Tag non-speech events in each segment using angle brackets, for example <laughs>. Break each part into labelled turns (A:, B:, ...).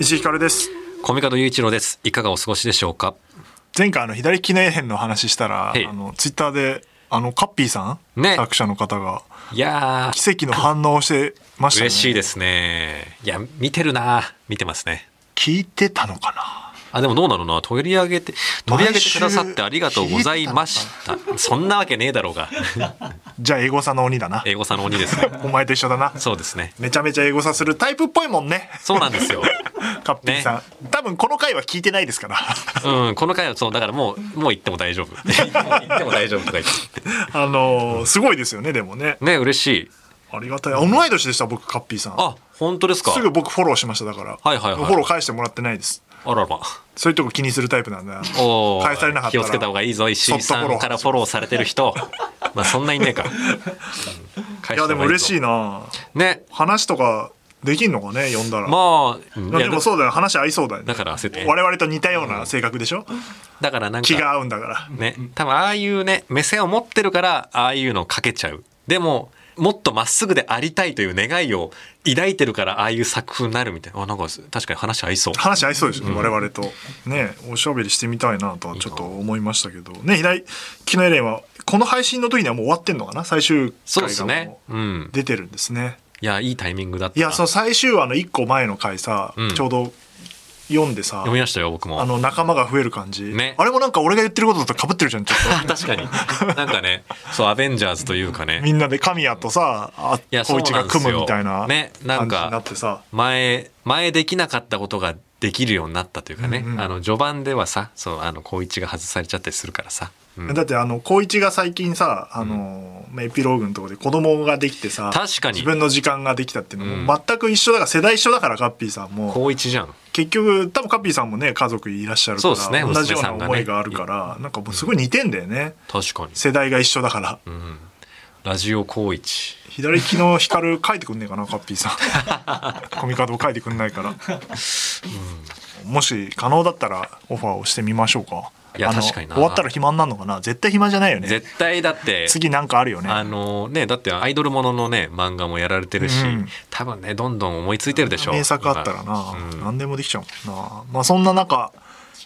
A: 石井ひかるです
B: コミカド雄一郎です。いかがお過ごしでしょうか。
A: 前回あの左利きのエヘンの話したら
B: はい
A: あのツイッターであのカッピーさん、
B: ね
A: 作者の方が
B: いやー、
A: 奇跡の反応をしてましたね
B: 嬉しいですね。いや、見てるな、見てますね。
A: 聞いてたのか
B: あ、でもどうなのな、取り上げて、取り上げてくださってありがとうございました。そんなわけねえだろうが。 <laughs>
A: なじゃあエゴサの鬼だな
B: 英語さんの鬼ですね。
A: お前と一緒だな
B: そうですね。
A: めちゃめちゃエゴサするタイプっぽいもんね
B: そうなんですよ。
A: カッピーさん、多分この回は聞いてないですから <laughs>
B: うん、この回はそうだからもうもう言っても大丈夫。言っても大丈夫とか言って。
A: あのーすごいですよねでもね
B: ね嬉しい。
A: ありがたい同い年でした僕カッピーさん
B: あ、本当ですか。
A: すぐ僕フォローしましただから、
B: はいはいはい
A: フォロー返してもらってないです
B: あらま。
A: そういうとこ気にするタイプなんだ
B: おー
A: 返されなかった
B: 気
A: ら
B: をつけた方がいいぞ石井
A: そっ
B: さ
A: とフォロ
B: ん
A: ー
B: からフォローされて
A: <laughs>
B: る人。まあそんないねえか。い
A: いやでも嬉しい
B: い。
A: な
B: ね。
A: 話とかできんのかね呼んだら、
B: まあ、い
A: いやで
B: や
A: もそうだよ話合いそうだよね
B: だから焦って
A: 我々と似たような性格でしょ、
B: だからなん
A: 気
B: か
A: が合うんだから
B: ね多分ああいうね目線を持ってるからああいうのをかけちゃうでももっとまっすぐでありたいという願いを抱いてるからああいう作風になるみたいなあなんか確かに話合いそう
A: 話合いそうですよね、我々とねおしゃべりしてみたいなとはちょっと思いましたけどね左利きのエレンはこの配信の時にはもう終わってんのかな最終
B: そう
A: 回
B: です
A: が
B: ね
A: もう
B: うん
A: 出てるんですね
B: いやいいタイミングだった
A: いやその最終話の1個前の回さ、
B: うん
A: ちょうど読んでさ
B: 読みましたよ僕も
A: あの仲間が増える感じ、
B: ね
A: あれもなんか俺が言ってることとかぶってるじゃんちょっと
B: <laughs> 確
A: <laughs>
B: かになんかねそうアベンジャーズというかね
A: みんなで神谷とさあ
B: いや
A: 光一が組むみたい
B: そ
A: な
B: うなんですよねな
A: 感
B: ん
A: じ
B: か
A: になってさ、
B: 前前できなかったことができるようになったというかね、
A: うんうん
B: あの序盤ではさそうあの高一が外されちゃったりするからさ、うん
A: だってあの光一が最近さあの、エピローグのところで子供ができてさ
B: 確かに
A: 自分の時間ができたっていうの
B: うん
A: も全く一緒だから世代一緒だからカッピーさんも
B: 高一じゃん
A: 結局多分カッピーさんもね家族いらっしゃるか
B: そうですね
A: ら同じような
B: 娘さんがね
A: 思いがあるからなんかもうすごい似てんだよね
B: 確かに、
A: 世代が一緒だから
B: うん、ラジオ高一
A: 左利きの光書いてくんねえかなカッピーさ
B: <laughs>
A: んコミカドを書いてくんないから、もし可能だったらオファーをしてみましょうか
B: いや
A: あの
B: 確かにな
A: 終わったら暇になるのかな絶対暇じゃないよね
B: 絶対だって
A: 次なんかあるよね
B: あのねだってアイドルもののね漫画もやられてるし、
A: うん
B: 多分ねどんどん思いついてるでしょ
A: 名作あったらな、
B: うん
A: 何でもできちゃうもんな、まあ、そんな中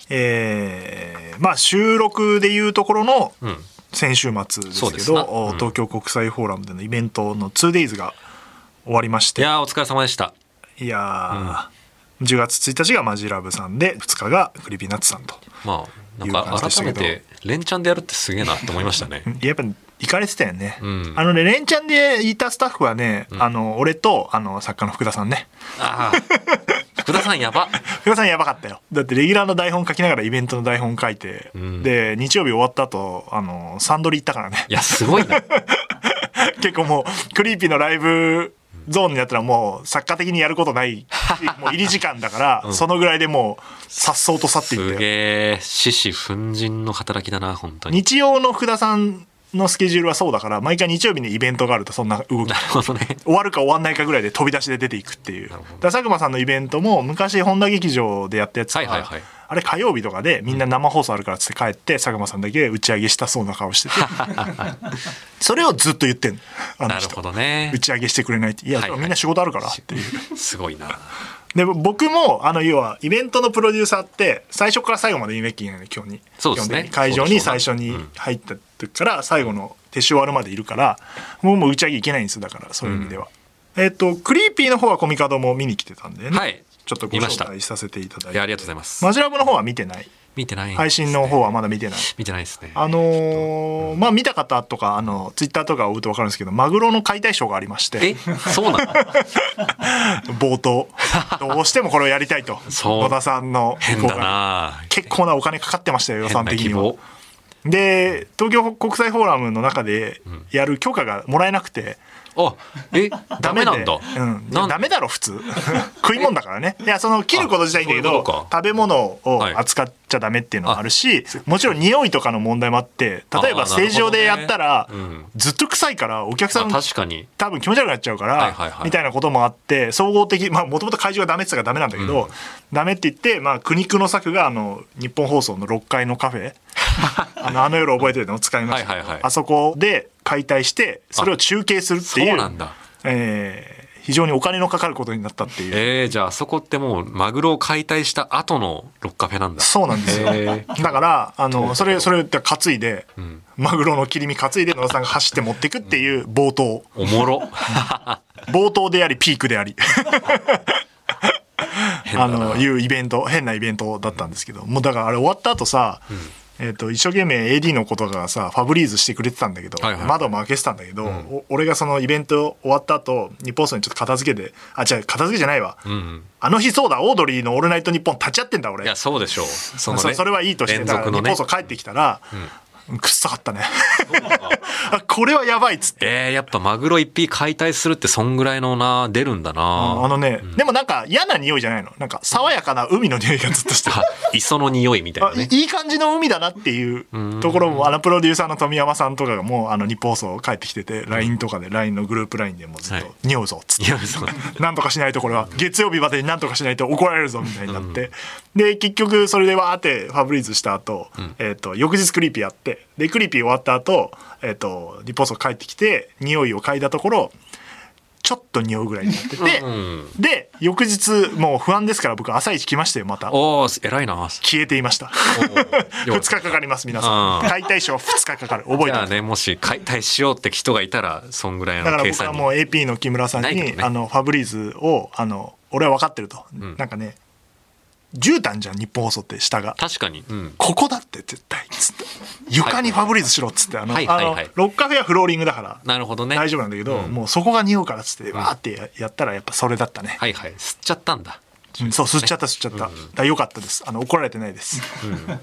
A: えーまあ収録でいうところの
B: うん
A: 先週末です
B: そう
A: け
B: です
A: ど
B: なうん
A: 東京国際フォーラムでのイベントの 2days が終わりまし
B: い
A: ていや
B: やーお疲れ様でした
A: ー10月1日がマジラブさんで2日がクリビーナッツさんと
B: まあなん
A: いう感じ
B: か
A: でした
B: 改
A: けど
B: めて連チャンでやるってすげえなって思いました
A: <laughs>
B: ね
A: いややっぱ行かれてたよね、
B: うん
A: あのね連チャンでいたスタッフはね、あの俺とあの作家の福田さんね
B: ああ福田さんやば
A: 福田さんやばかったよだってレギュラーの台本書きながらイベントの台本書いて、
B: うん
A: で日曜日終わった後あのサンドリ行ったからね
B: いやすごいな
A: <laughs> 結構もうクリーピーのライブゾーンになったらもう作家的にやることないもう入り時間だから、そのぐらいでもうさっそうと去ってい
B: す
A: って
B: げえ獅子奮陣の働きだな本当に
A: 日曜の福田さんのスケジュールはそうだから毎回日曜日にイベントがあるとそんな動き
B: なるほどね
A: 終わるか終わんないかぐらいで飛び出しで出ていくっていうだ
B: な
A: か
B: るほど
A: ら佐久間さんのイベントも昔本田劇場でやったやつが
B: はいはいはい
A: あれ火曜日とかでみんな生放送あるからっつって帰って佐久間さんだけ打ち上げしたそうな顔
B: <laughs>
A: しててそれをずっと言ってんのあの
B: なる
A: 人
B: ほどね
A: 打ち上げしてくれないっていや、
B: はいはい
A: みんな仕事あるからっていう
B: すごいな
A: で僕もあの要はイベントのプロデューサーって最初から最後まで言いなきゃいけないの基本に
B: そうですね
A: 基本的に会場に最初に入った時から最後の撤収終わるまでいるからもうもう打ち上げいけないんですだからそういう意味では、えっ、とクリーピーの方はコミカドも見に来てたんでね、
B: はい
A: ちょっとご
B: 見まし
A: 紹
B: た
A: 介させていただい
B: い
A: て
B: やありがとうございます
A: マジラブの方は見てない
B: 見てないんですね
A: 配信の方はまだ見てない
B: 見てないですね
A: あのーまあ見た方とかあのツイッターとか追うと分かるんですけどマグロの解体ショーがありまして
B: えそうなの
A: <laughs> 冒頭どうしてもこれをやりたいと
B: <laughs> そう
A: 野田さんの
B: 変だな
A: 結構なお金かかってましたよ予
B: 変
A: 算
B: な
A: 的
B: 希
A: には
B: 望
A: で東京国際フォーラムの中でやる許可がもらえなくて、
B: あえダメなんだ、
A: うん、
B: なん
A: ダメだろ普通 <laughs> 食い物だ
B: <laughs>
A: からねいやその切ること自体いいんだけど
B: あそういうことか
A: 食べ物を
B: はい
A: 扱っちゃダメっていうのもあるし、もちろん匂いとかの問題もあって例えば
B: あーなるほどね
A: ステージ上でやったら、
B: うん
A: ずっと臭いからお客さん
B: あ確かに
A: 多分気持ち悪くなっちゃうから、
B: はいはいはい
A: みたいなこともあって総合的まあもともと会場がダメって言ってたからダメなんだけど、ダメって言って、まあ、苦肉の策があの日本放送の6階のカ
B: <laughs>
A: フェあのあの夜覚えてるのを使いましたけど
B: はいはいはい
A: あそこで解体してそれを中継するってい
B: そう
A: う
B: なんだ
A: えー非常にお金のかかることになったっていう。
B: えー、じゃああそこってもうマグロを解体した後のロッカフェなんだ
A: そうなんですよ。
B: へ
A: だから、あの、それ、それ、担いで、
B: ん
A: マグロの切り身担いで、野田さんが走って持ってくっていう冒頭。
B: おもろ
A: 冒頭であり、ピークであり。
B: 変
A: あ
B: だな
A: のいうイベント変なイベントだったんですけどもうだからあれ終わった後さ、えっと一生懸命 AD のことがさファブリーズしてくれてたんだけど、
B: はいはい
A: 窓も開けてたんだけど、お俺がそのイベント終わった後日本放送にちょっと片付けてあ違う片付けじゃないわ、
B: うんうん
A: あの日そうだオードリーの「オールナイトニッポン」立ち会ってんだ俺
B: いやそうでしょうそ
A: そ
B: のね
A: それはいいとして
B: 連
A: だから日
B: 続の
A: 本
B: ね
A: 放送帰ってきたら、くっさかったね <laughs> あこれはやばいっつって
B: えー、やっぱマグロ一匹解体するってそんぐらいのな出るんだな
A: あのね、でもなんか嫌な匂いじゃないのなんか爽やかな海の匂いがずっとしてる
B: あ磯の匂いみたい
A: あ
B: なね
A: いいい感じの海だなっていうところもあのプロデューサーの富山さんとかがもうあの日本放送帰ってきてて LINE とかで LINE のグループ LINE でもうずっと
B: はい
A: 「匂うぞ」っつって
B: 匂いそう
A: 「なんとかしないとこれは月曜日までになんとかしないと怒られるぞ」みたいになってで結局それでわーってファブリーズした後えっと翌日クリーピーやってでクリーピー終わった後えっと日本放送帰ってきて匂いを嗅いだところちょっと匂うぐらいになってて
B: うん
A: で翌日もう不安ですから僕朝一来ましたよまた
B: おー偉
A: <laughs>
B: いな
A: 消えていました。
B: よ
A: 2
B: かっ
A: 日
B: た
A: かかります皆さ
B: うん
A: 解体ショー2日かかる覚
B: じ
A: えて
B: ゃ
A: ま
B: あ
A: す
B: ねもし解体しようって人がいたらそんぐらい
A: だか
B: の
A: ら
B: 計
A: 僕
B: 算
A: は
B: に
A: もう AP の木村さん
B: ないけ
A: に
B: どね
A: あのファブリーズをあの俺は分かってると、なんかね絨毯じゃん日本放送って下が
B: 確かに、うん、
A: ここだって絶対っつって床にファブリーズしろっつってあの,、
B: はいはいはい
A: あのロッカフェはフローリングだから
B: なるほどね
A: 大丈夫なんだけど、もうそこが匂うからっつってわーってややったらやっぱそれだったね、
B: はいはい吸っちゃったんだ
A: うんそう吸っちゃった吸っちゃった、だからよかったですあの怒られてないです、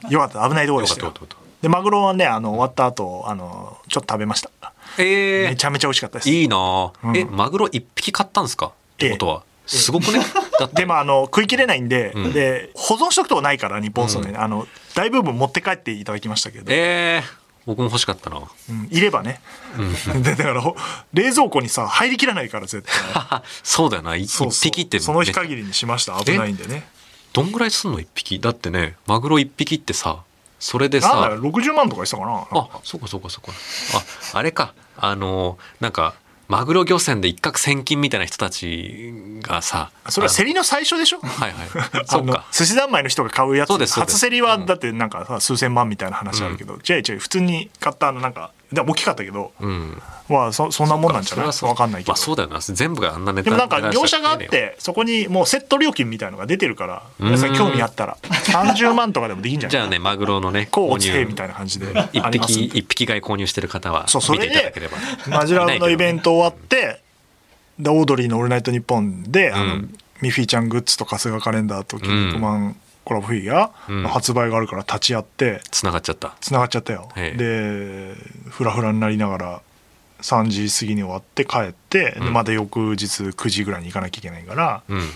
A: よかった危ないとこでしたよ
B: よかったよかっ
A: でマグロはねあの終わった後あのちょっと食べました
B: え
A: めちゃめちゃ美味しかったです
B: いいなあ、
A: ん
B: えマグロ一匹買ったんですかっ
A: ええ
B: てことはすごくねだって
A: <laughs> でもあの食い切れないんで,、
B: うん
A: で保存しとくとこないから日本送ね、あの大部分持って帰っていただきましたけど、
B: えー、僕も欲しかったな
A: うんいればね、でだからほ冷蔵庫にさ入りきらないから絶対
B: <laughs> そうだよな一
A: そう
B: 一
A: そう
B: 匹って
A: その日
B: め
A: 限りにしました危ないんでね
B: どんぐらいすんの一匹だってねマグロ一匹ってさそれで
A: なんだろ
B: さ
A: う60万とかしたかな
B: あそうかそうかそうかああれかあのなんかマグロ漁船で一攫千金みたいな人たちがさ
A: それは
B: あの
A: 競りの最初でしょ
B: はいはい
A: <laughs> あ
B: <laughs> そう
A: の
B: か
A: 寿司三昧の人が買うやつ
B: そうですそうです
A: 初競りはだってなんかさ数千万みたいな話あるけど、違う違う普通に買ったあのなんかでも大きかったけど、
B: うん
A: まあそそんなもんなんじゃない
B: それはそう
A: わかんないけど、
B: まあそうだよな全部があんなネタ
A: でもなんか
B: 流し
A: 業
B: た
A: 者があっ
B: らね
A: てそこにもうセット料金みたいのが出てるから
B: ん
A: 皆さん興味あった
B: <laughs>
A: ら30万とかでもできんじゃ
B: じ
A: ない
B: ゃあねマグロのね
A: <laughs> こう
B: 購
A: 落ちて
B: 入
A: みたいな感じで
B: 一
A: あります
B: 匹
A: んで
B: 一匹買い購入してる方は
A: そうそ
B: 見て
A: れ
B: いただ
A: で
B: ければ
A: マジラブのイベン
B: ト
A: ト終わってでオードリーの「オールナイトニッポン」であの
B: うん
A: ミッフィーちゃんグッズと春日カレンダーとキン肉マンコラボフィギュアの発売があるから立ち会って
B: 繋がっちゃった
A: 繋がっちゃったよ
B: え
A: でフラフラになりながら3時過ぎに終わって帰ってでまた翌日9時ぐらいに行かなきゃいけないから <laughs>
B: うん、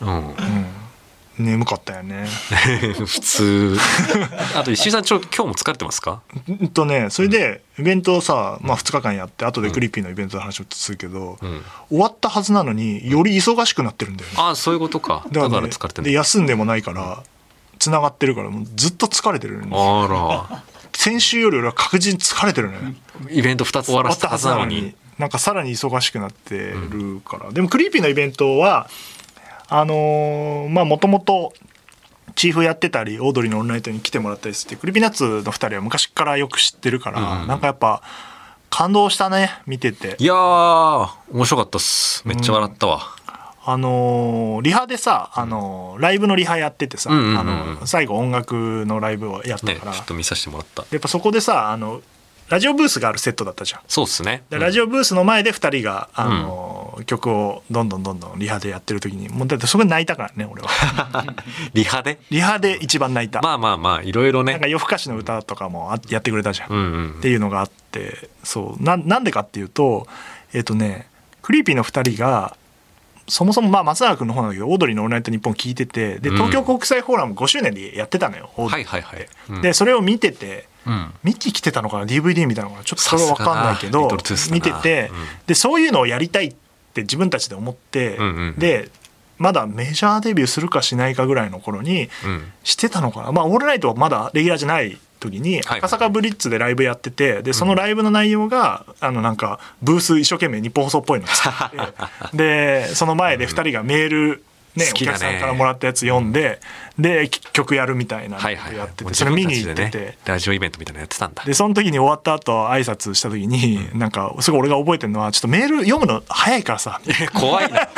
B: うん、
A: 眠かったよ
B: <laughs>
A: ね。 <laughs>
B: 普通 <laughs> あと石井さんちょ今日も疲れてますか
A: うんとねそれでイベントをさ、まあ、2日間やって後でクリッピーのイベントの話をするけど、
B: ん
A: 終わったはずなのにより忙しくなってるんだよね
B: ああそういうことかだから
A: ね
B: 疲れて
A: で
B: る
A: 休んでもないからつながってるからもうずっと疲れてるんですよ
B: あ
A: 先週より俺は確実に疲れてるね
B: らイベント2つ終わ
A: 終わ
B: ら
A: っ
B: せ
A: た
B: たは
A: は
B: ず
A: ず
B: な
A: な
B: の
A: の
B: に
A: になんかさらに忙しくなってるから、でもクリーピーのイベントはあのーまあもともとチーフやってたりオードリーのオンライトに来てもらったりしてクリーピーナッツの2人は昔からよく知ってるから、
B: うん
A: なんかやっぱ感動したね見てて
B: いやー面白かったっすめっちゃ笑ったわ、
A: あのーリハでさ、あのーライブのリハやっててさ、
B: うんうんうん
A: あのー最後音楽のライブをやった
B: ねち
A: か
B: ょ
A: ら、
B: っと見させてもらった
A: やっぱそこでさあのラジオブースがあるセットだったじゃん
B: そうっすね
A: でラジオブースの前で2人が、あの曲をどんどんどんどんリハでやってる時にもうだってそこで泣いたからね俺は <laughs>
B: リハで
A: リハで一番泣いた、
B: まあまあまあいろいろ
A: なん
B: ね
A: か夜更かしの歌とかもあやってくれたじゃん、
B: うんうん
A: っていうのがあっってそうななんでかっていうとえっ、とねクリーピーの2人がそもそもまあ松永君の方なんだけどオードリーの「オールナイトニッポン」聞いててで
B: うん
A: 東京国際フォーラム5周年でやってたのよ、オード
B: はい
A: リー
B: はいはい。うん
A: でそれを見てて
B: うん
A: ミキ来てたのかな DVD 見たのかなちょっとそれは分かんないけど
B: さすがだなリトルトゥースだな
A: 見てて、
B: うん
A: でそういうのをやりたいって自分たちで思って、
B: うんうん
A: でまだメジャーデビューするかしないかぐらいの頃に
B: うん
A: してたのかな、まあ「オールナイト」はまだレギュラーじゃない時に
B: はい
A: 赤坂ブリッツでライブやっててでそのライブの内容が、あのなんかブース一生懸命日本放送っぽ
B: <laughs>
A: いの作ってでその前で2人がメールね、
B: 好
A: お
B: きだね
A: 客さんからもらったやつ読んで、で曲やるみたいなのを
B: はい
A: やっ
B: は
A: て
B: い。
A: て、
B: もう
A: そ
B: 自
A: れ
B: 分
A: 見
B: た
A: に
B: ち
A: 行
B: で
A: って
B: ね
A: て、
B: ラジオイベントみたいなのやってたんだ。
A: でその時に終わった後挨拶した時に、なんかすごい俺が覚えてるのはちょっとメール読むの早いからさ
B: 怖いな。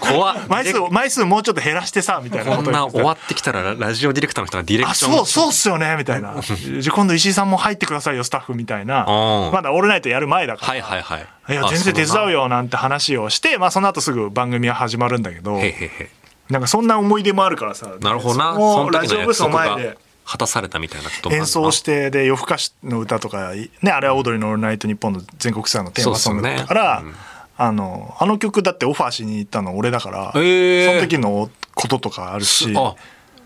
B: 怖
A: <laughs>
B: っ
A: 枚数を枚数もうちょっと減らしてさみたいな
B: こ
A: ことを言
B: ん
A: っ
B: な
A: てた
B: 終わってきたらララジオディレクターの人がディレ
A: あ
B: クション
A: そうそうっすよねみたいなじゃあ今度石井さんも入ってくださいよスタッフみたいな
B: うん
A: まだ「オールナイト」やる前だから、
B: はいはいはい
A: いや全然手伝うよなんて話をしてまあその後すぐ番組は始まるんだけど
B: あそうだなへへへ
A: なんかそんな思い出もあるからさ
B: なるほどな
A: その
B: その
A: ラ
B: 時
A: ジ
B: の
A: オブー
B: 約
A: スの
B: 束
A: 前
B: が
A: で
B: 果たされたみたいなこともあるな
A: 演奏してで夜更かしの歌とかねあれは「オードリーのオールナイトニッポン」の全国ツアーのテーマソングだったから、
B: そうっすよね
A: あのあの曲だってオファーしに行ったの俺だから、
B: へえ
A: その時のこととかあるし
B: あ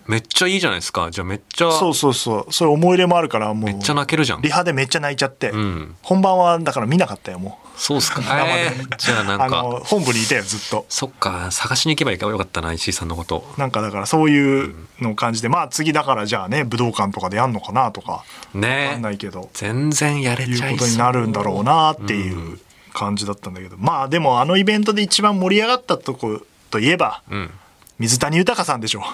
B: めっちゃいいじゃないですかじゃあめっちゃ
A: そうそうそうそういう思い入れもあるからもう
B: めっちゃ泣けるじゃん
A: リハでめっちゃ泣いちゃって、
B: ん
A: 本番はだから見なかったよも
B: そうっすか
A: 生で
B: えーじゃあ
A: う
B: な
A: あ
B: んか
A: の本部にいたよずっと。
B: そっか探しに行けばよかったな石井さんのこと
A: なんかだからそういうのを感じてまあ次だからじゃあね武道館とかでやんのかなとかわか
B: ね
A: んないけど
B: 全然やれ
A: いう
B: ちゃい
A: こと
B: そう
A: になるんだろうなっていう感じだったんだけど、まあでもあのイベントで一番盛り上がったとこといえば、
B: ん
A: 水谷豊さんで
B: <laughs>
A: しょ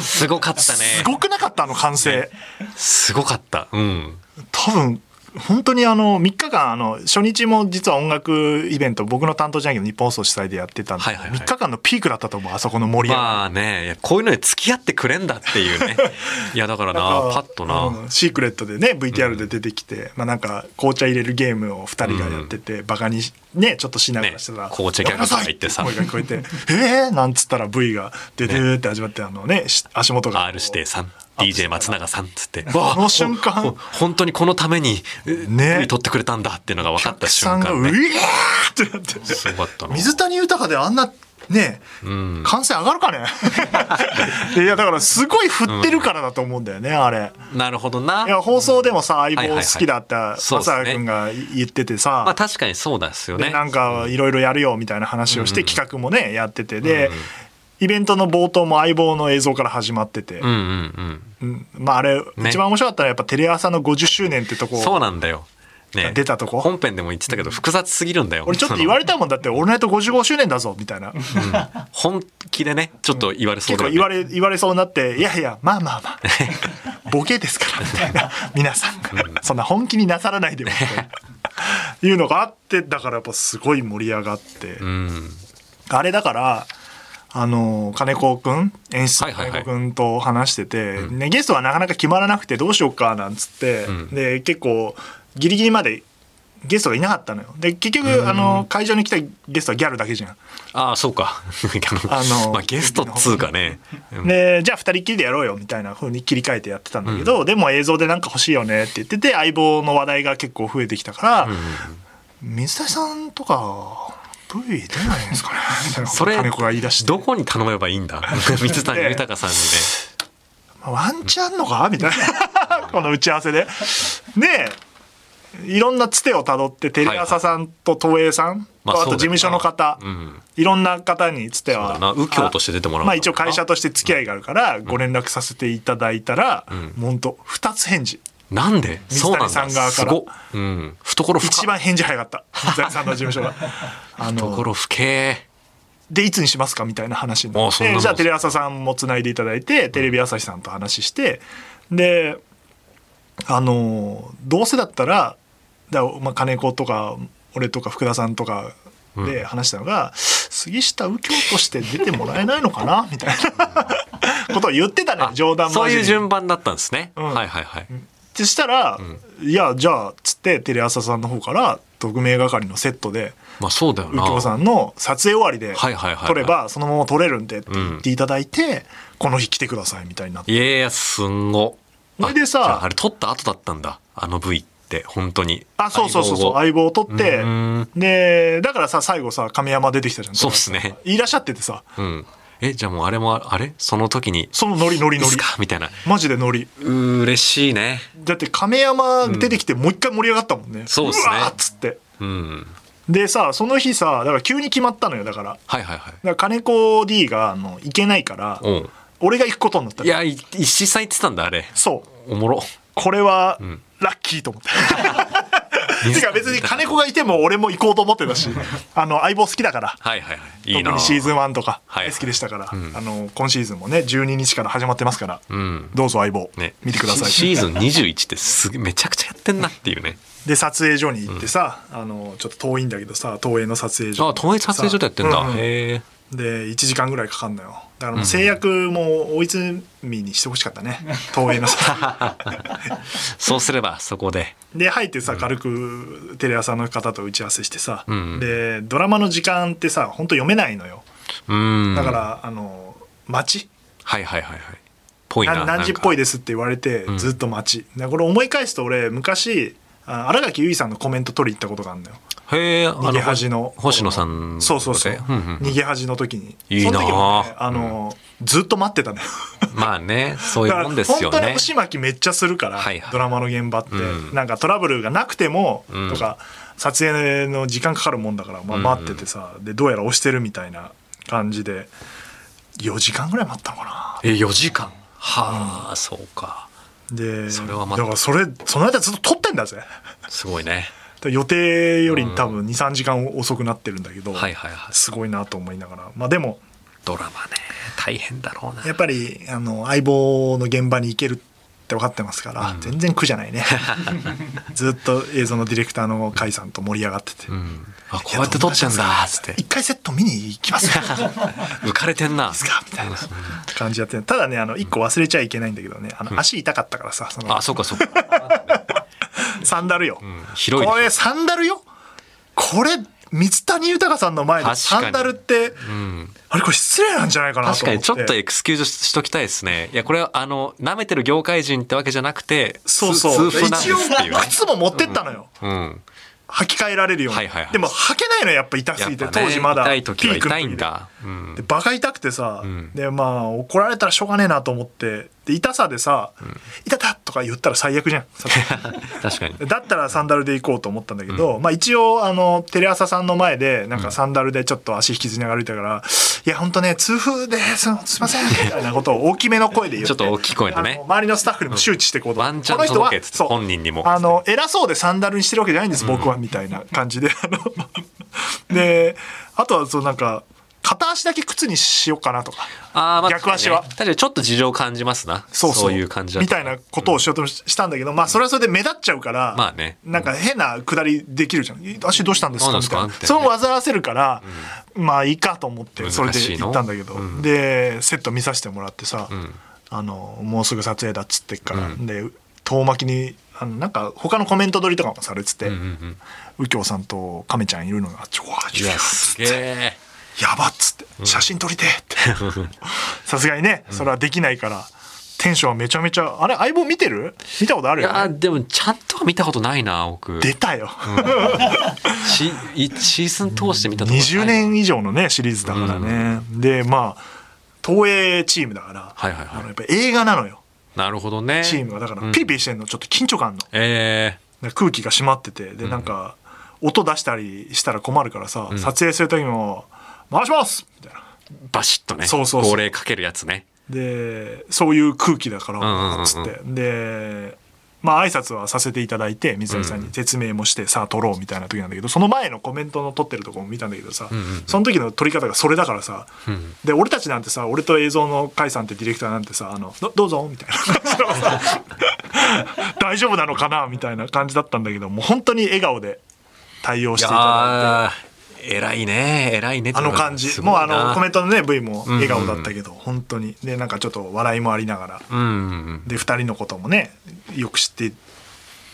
B: すごかったね
A: すごくなかったあの完成
B: すごかったうん
A: 多分本当にあの3日間あの初日も実は音楽イベント僕の担当じゃないけど日本放送主催でやってたんで、
B: はいはいはい
A: 3日間のピークだったと思うあそこの盛り上がり、
B: まあねいやこういうのに付き合ってくれんだっていう
A: <laughs>
B: ねいやだからな
A: なん
B: パ
A: か
B: ッとな、
A: うんシークレットでね VTR で出てきて、まあなんか紅茶入れるゲームを2人がやってて、バカにねちょっとしながらしてたら、
B: ね紅茶ギャグとか言ってさ
A: やめなさいって声が聞こえて「えー!」なんつったら V がででーって始まってあのねし足元が
B: R 指定さん DJ 松永さんっつって
A: この瞬間
B: ほほ本当にこのために
A: ね
B: ね撮ってくれたんだっていうのが分かった
A: たくさんが
B: 瞬
A: 「う
B: 間
A: え
B: ね
A: ー!」ってなって
B: すごかったな
A: 水谷豊であんなね
B: うん
A: 感染上がるかねいやだからすごい振ってるからだと思うんだよね、あれ。
B: なるほどない
A: や放送でもさ相
B: はい
A: 棒
B: はいはい
A: 好きだった
B: そう
A: 松
B: っすね
A: 坂君が言っててさ、
B: まあ確かにそうですよ
A: で
B: ね
A: なんかいろいろやるよみたいな話をして、企画もねやっててで、イベントの冒頭も相棒の映像から始まってて、
B: うんうん
A: うんまああれ、
B: ね
A: 一番面白かったのはやっぱテレ朝の50周年ってと
B: う
A: こ
B: んそうなんだよね
A: 出たとこ
B: 本編でも言ってたけど複雑すぎるんだよ
A: 俺ちょっと言われたもんだって「オールナイト55周年だぞ」みたいな
B: そのうん本気でねちょっと言われそ
A: 結
B: う
A: 構
B: だよ
A: 言わ
B: ね
A: れ言われそうになって「いやいやまあまあ
B: <laughs>
A: まあボケですから」みたいな皆さんそんな本気になさらないでもみたいないうのがあってだからやっぱすごい盛り上がって。
B: うん
A: あれだからあの金子くん演出
B: はいはいは
A: 金
B: い
A: 子くんと話してて、ね、ゲストはなかなか決まらなくてどうしようかなんつって、
B: ん
A: で結構ギリギリまでゲストがいなかったのよで結局、あの会場に来たゲストはギャルだけじゃん、
B: ああそうか <laughs>
A: あの
B: まあゲストっつうかねうん
A: でじゃあ2人っきりでやろうよみたいな風に切り替えてやってたんだけど、でも映像でなんか欲しいよねって言ってて相棒の話題が結構増えてきたから、水谷さんとか V 出ないんですか
B: <laughs>
A: ねみたいな
B: それ
A: 金子が言い出して
B: どこに頼めばいいんだ <laughs> 水谷豊さんにね
A: ワンチャンあんのかみたい
B: <laughs>
A: なこの打ち合わせで。でいろんなつてをたどってテレ朝さんと東映さんと
B: ま
A: あ
B: あそうだよ
A: と
B: な
A: 事務所の方、
B: うん
A: いろんな方につて
B: そう
A: は
B: だな右京として出ても
A: あ
B: らうのかな
A: まあ一応会社として付き合いがあるからご連絡させていただいたら、
B: ん
A: 本当2つ返事
B: なんで
A: 水谷さん側から
B: そうなんだすごっうん懐深
A: 一番返事早かった水谷さんの事務所
B: <laughs>
A: があの
B: 懐深え
A: でいつにしますかみたいな話にな
B: あ
A: っ
B: そんな
A: て
B: の
A: じゃあテレ朝さんもつないでいただいてテレビ朝日さんと話してであのどうせだったらだ、まあ、金子とか俺とか福田さんとかで話したのが、杉下右京として出てもらえないのか
B: <laughs>
A: なみたいなことを言ってたね冗談
B: そういう
A: 交じりに
B: 順番だったんですね、
A: ん
B: はいはいはい、
A: そしたら、いやじゃあつってテレ朝さんの方から特命係のセットで
B: まあそうだよな
A: 右京さんの撮影終わりで
B: はいはいはいはい
A: 撮ればそのまま撮れるんでって言っていただいてこの日来てくださいみたいになって
B: いやいやすんご
A: それでさ
B: じゃああれ撮った後だったんだあの V っって本当に
A: あそうそうそうそう相棒を取って
B: うーん
A: でだからさ最後さ亀山出てきたじゃん
B: そうっすね
A: いらっしゃっててさ
B: うんえじゃあもうあれもああれその時に
A: そのノリノ
B: い
A: リ
B: い
A: ノリ
B: っすかみたいな
A: マジでノリ
B: うー嬉しいね
A: だって亀山出てきてもう一回盛り上がったもんね、
B: そうっすね
A: わーっつって
B: うん
A: でさその日さだから急に決まったのよだからだか
B: はいはいはい
A: ら金子 D があの行けないから
B: うん
A: 俺が行くことになった
B: い
A: の
B: やい石井さん言ってたんだあれ
A: そう
B: おもろ
A: これはラッキーと思って。 <laughs> てか別に金子がいても俺も行こうと思って
B: <laughs>
A: たしあの相棒好きだから
B: はいはいはいいい
A: 特
B: な
A: にシーズン1とか
B: はい
A: 好きでしたから、
B: ん
A: あの今シーズンもね12日から始まってますから、
B: うん
A: どうぞ相棒、
B: ね
A: 見てください
B: シシーズン21ってすげめちゃくちゃやってんなっていうね
A: で撮影所に行ってさ、あのちょっと遠いんだけどさ東映の撮影所
B: あ東映撮影所でやってんだ、
A: うんうん
B: へえ
A: で1時間ぐらいかかんのよだからもう制約も大泉にしてほしかったね東映の
B: <laughs>
A: さ
B: そうすればそこで
A: で入ってさ軽くテレ朝の方と打ち合わせしてさ、
B: ん
A: でドラマの時間ってさ本当読めないのよ
B: うん
A: だから、あの待ち
B: はいはいはいはいぽいな
A: な何時っぽい
B: で
A: ですって言われてずっと待ち、だからこれ思い返すと俺昔あ新垣結衣さんのコメント取りに行ったことがあるのよ
B: へえあの
A: 逃げ恥の
B: 星野さん
A: そうそうそう、
B: とこでんうん
A: 逃げ恥の時に
B: いいなあ
A: その時もねあの、ずっと待ってたね
B: まあねそうい
A: だ
B: う
A: から
B: も
A: 本
B: んですよ
A: 当に
B: ね
A: 星巻めっちゃするから、
B: はいはい
A: ドラマの現場って、
B: うん
A: なんかトラブルがなくても、
B: うん
A: とか撮影の時間かかるもんだから、まあ、
B: うん
A: 待っててさ、でどうやら押してるみたいな感じで4時間ぐらい待ったのかな
B: え4時間はあ、そうか
A: で
B: それはま
A: だ
B: た
A: からそれその間ずっと撮ってんだぜ <laughs>
B: すごいね
A: 予定より多分23時間遅くなってるんだけど、
B: はいはいはい
A: すごいなと思いながらまあでも
B: ドラマね大変だろうな
A: やっぱりあの相棒の現場に行けるって分かってますから、全然苦じゃない
B: <laughs>
A: ねずっと映像のディレクターの甲斐さんと盛り上がってて、
B: うん、あこうやって撮っちゃうんだっつって
A: 一回セット見に行きますか
B: <laughs> 浮かれてんな
A: みたいな感じやってただねあの一個忘れちゃいけないんだけどねあの足痛かったからさその
B: あそうかそうか
A: サンダルよ、
B: 広い
A: こ
B: で
A: れサンダルよこれ水谷豊さんの前で
B: 確か
A: サ
B: に
A: ンダルって
B: うん
A: あれこれ失礼なんじゃないかな
B: 確
A: と
B: か
A: 思っ
B: に
A: て
B: ちょっとエクスキューズしときたいですねいやこれはあの舐めてる業界人ってわけじゃなくて
A: そうそう
B: 通風なん
A: 一
B: で
A: 応
B: すっていうね
A: 靴も持ってったのよ、
B: うん
A: 履き替えられるように、
B: はいはいはい
A: でも履けないのやっぱ痛すぎて、
B: やっぱね
A: 当時まだ
B: 痛
A: ピ
B: い時は
A: ークの
B: 痛い
A: 時
B: ん
A: で
B: だ、うん
A: でバカ痛くてさ、
B: ん
A: でまあ怒られたらしょうがねえなと思ってで痛さでさ「痛、た!」とか言ったら最悪じゃん
B: <laughs> 確かに
A: だったらサンダルで行こうと思ったんだけど、まあ一応あのテレ朝さんの前でなんかサンダルでちょっと足引きずりながら歩いたから「いやほんとね痛風ですすいません」みたいなことを大きめの声で言って
B: ちょっと大きい声でね
A: あの周りのスタッフにも周知していこうと
B: ワ
A: 思って、
B: ンチャ
A: この
B: ン
A: 人は
B: 届けっつって
A: そう
B: 本人にも
A: あの偉そうでサンダルにしてるわけじゃないんです、僕はみたいな感じで。あの <laughs> であとはそうなんか片足だけ靴にしようかなとか
B: あーまあ
A: 逆足は
B: 確かにね確かにちょっと事情を感じますな
A: そ
B: そうう
A: そう
B: いう感じだと
A: みたいなことをしようとしたんだけど、まあそれはそれで目立っちゃうから、
B: まあね
A: なんか変な下りできるじゃんえ「足どうしたんですか?」
B: どう
A: み
B: なんです
A: たい
B: か
A: な
B: みたい
A: そ
B: なね
A: の煩わせるから、まあいいかと思ってそれで行ったんだけど、
B: 難しいのうん
A: でセット見させてもらってさ、
B: ん
A: あの「もうすぐ撮影だ」っつってっから、
B: うん
A: で遠巻きにあのなんか他のコメント撮りとかもされてて、
B: うんうんうん
A: 右京さんと亀ちゃんいるのが「ちょわ
B: いやすげえ
A: やばっつって写真撮りてえ
B: <laughs>
A: ってさすがにねそれはできないからテンションはめちゃめちゃあれ相棒見てる見たことあ
B: い
A: るよ、
B: や
A: ね、
B: でもちゃんとは見たことないな僕
A: 出たよ、
B: シいシーズン通して見たことない
A: 20年以上のねシリーズだからね、でまあ東映チームだから、
B: はいはいはい
A: あのやっぱ映画なのよ
B: なるほどね
A: チームがだから
B: うん
A: ピリピリしてんのちょっと緊張感あんの
B: え
A: なんか空気が締まっててでなんか音出したりしたら困るからさ、撮影する時も「回します!」みたいな
B: ー、バシッとね
A: そうそうそう
B: 号令かけるやつね
A: でそういう空気だか
B: んうんうんう
A: ら
B: ん
A: つって、でまあ挨拶はさせていただいて水谷さんに説明もして、さあ撮ろうみたいな時なんだけどその前のコメントの撮ってるとこも見たんだけどさ、その時の撮り方がそれだからさ、で俺たちなんてさ俺と映像の甲斐さんってディレクターなんてさ「あのどどうぞ」みたいな <laughs> 感じのさ大丈夫なのかなみたいな感じだったんだけどもう本当に笑顔で対応していただいて。
B: いやー偉いね偉いねって
A: あ
B: の
A: の
B: が
A: 感じ
B: すご
A: も
B: いうな
A: あのコメントのね V も笑顔だったけど、本当にでなんかちょっと笑いもありながら
B: うんうんうん
A: で2人のこともねよく知って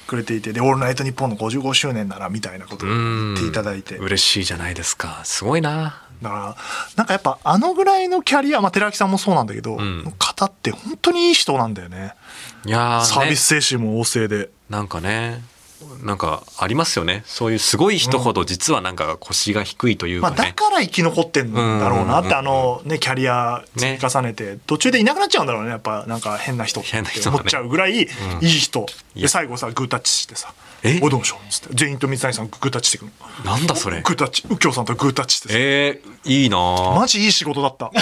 A: くれていて「でオールナイトニッポン」の55周年ならみたいなことを言っていただいてだか
B: 嬉しいじゃないですかすごいな
A: らなんかやっぱあのぐらいのキャリア、まあ、寺脇さんもそうなんだけど、
B: ん
A: 方って本当にいい人なんだよね
B: いやーね
A: サービス精神も旺盛で
B: なんかねなんかありますよねそういうすごい人ほど実はなんか腰が低いという
A: ま
B: か
A: あ、
B: ね、
A: だから生き残ってんだろうなって、
B: うん
A: あのねキャリア積み重ねて、途中でいなくなっちゃうんだろうねやっぱなんか変な人って
B: 変な人だね
A: 思っちゃうぐらいいい人、
B: い
A: で
B: や
A: 最後さグータッチしてさ
B: え
A: おどんしょ」っつって全員と水谷さんグータッチしてくる
B: なんだそれ
A: グータッチ右京さんとグータッチしてさ
B: えー、いいなあ
A: マジいい仕事だ
B: <laughs>
A: った。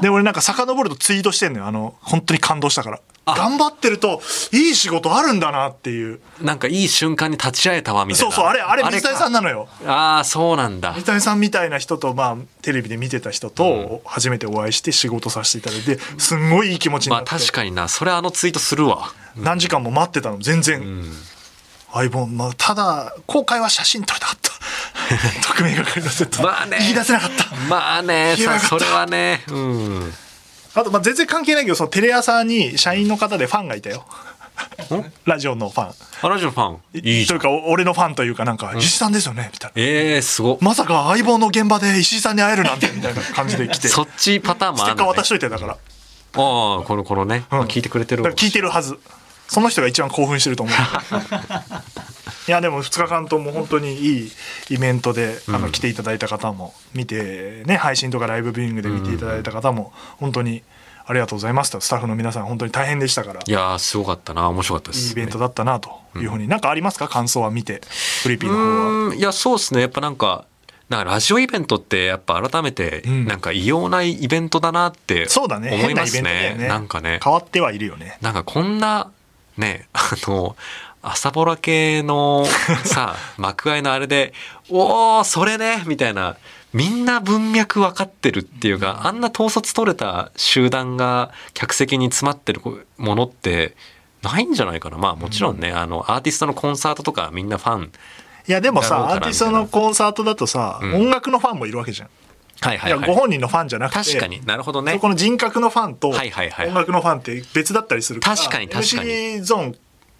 A: で、俺なんか遡るとツイートしてんのよ。あの、本当に感動したから。
B: あ
A: 頑張ってると、いい仕事あるんだなっていう。
B: なんかいい瞬間に立ち会えたわみたい
A: そう
B: な
A: そう、あれ、あれ、水谷さんな
B: の
A: のよ。
B: ああそうなんだ
A: 水谷さんみたいな人と、まあ、テレビで見てた人と、初めてお会いして仕事させていただいて、すんごいいい気持ちに
B: ま
A: なっ
B: あ
A: て。
B: 確かになそれあのツイートするわ
A: 何時間も待ってたの、全然。相棒、まあ、ただ、後悔は写真撮れた
B: <laughs>
A: かった。匿名係のセット。
B: まあね
A: 言い出せなかった。
B: まあね
A: いや
B: さ
A: よかった
B: それはねうん
A: あと、まあ、全然関係ないけど、そのテレ朝に社員の方でファンがいたよ。ラジオのファン。
B: あラジオのファンいいじ
A: と
B: ゃ
A: い
B: ん
A: うか、お俺のファンというか、なんか、石井さんですよね、みたいな。
B: えー、すごっ
A: まさか相棒の現場で石井さんに会えるなんて、みたいな感じで来て。
B: そ
A: ス
B: っちパターンもあ
A: テ
B: る
A: ッカー
B: の、ね
A: 渡し、といて、だから。
B: ああこのこのね、
A: うん
B: 聞いてくれて
A: だ
B: る
A: から聞いてるはず。その人が一番興奮してると
B: <laughs>
A: 思う。いや、でも2日間とも本当にいいイベントで、あの、来ていただいた方も、見て、ね、配信とかライブビューイングで見ていただいた方も、本当にありがとうございました。スタッフの皆さん、本当に大変でしたから。
B: いやーすごかったな面白かったで
A: いい
B: す
A: イベントだったなというふうに、なんかありますか感想は見てフリピンの方は。
B: うーんいやそうですねやっぱなんかなんかラジオイベントってやっぱ改めて
A: ん
B: なんか異様なイベントだなって
A: そうだね
B: 思い
A: 変な
B: ま
A: イベ
B: す
A: ントだよ
B: ね
A: ね
B: なんかね
A: 変わってはいるよね。
B: なんかこんなね <laughs> あの朝ぼら
A: <laughs>
B: 系のさ幕外のあれで「おおそれね」みたいなみんな文脈分かってるっていうかあんな統率取れた集団が客席に詰まってるものってないんじゃないかなまあもちろんね、あのアーティストのコンサートとかみんなファン
A: いやでも
B: だろ
A: さ
B: うかな
A: アーティストのコンサートだとさ、
B: ん
A: 音楽のファンもいるわけじゃん。
B: はい
A: い
B: はい
A: や
B: はい
A: ご本人のファンじゃなくて
B: 確かになるほど
A: そ
B: ね
A: この人格のファンと音
B: はいはいはい
A: 楽のファンって別だったりするから
B: 確かに確かに
A: MC ゾーン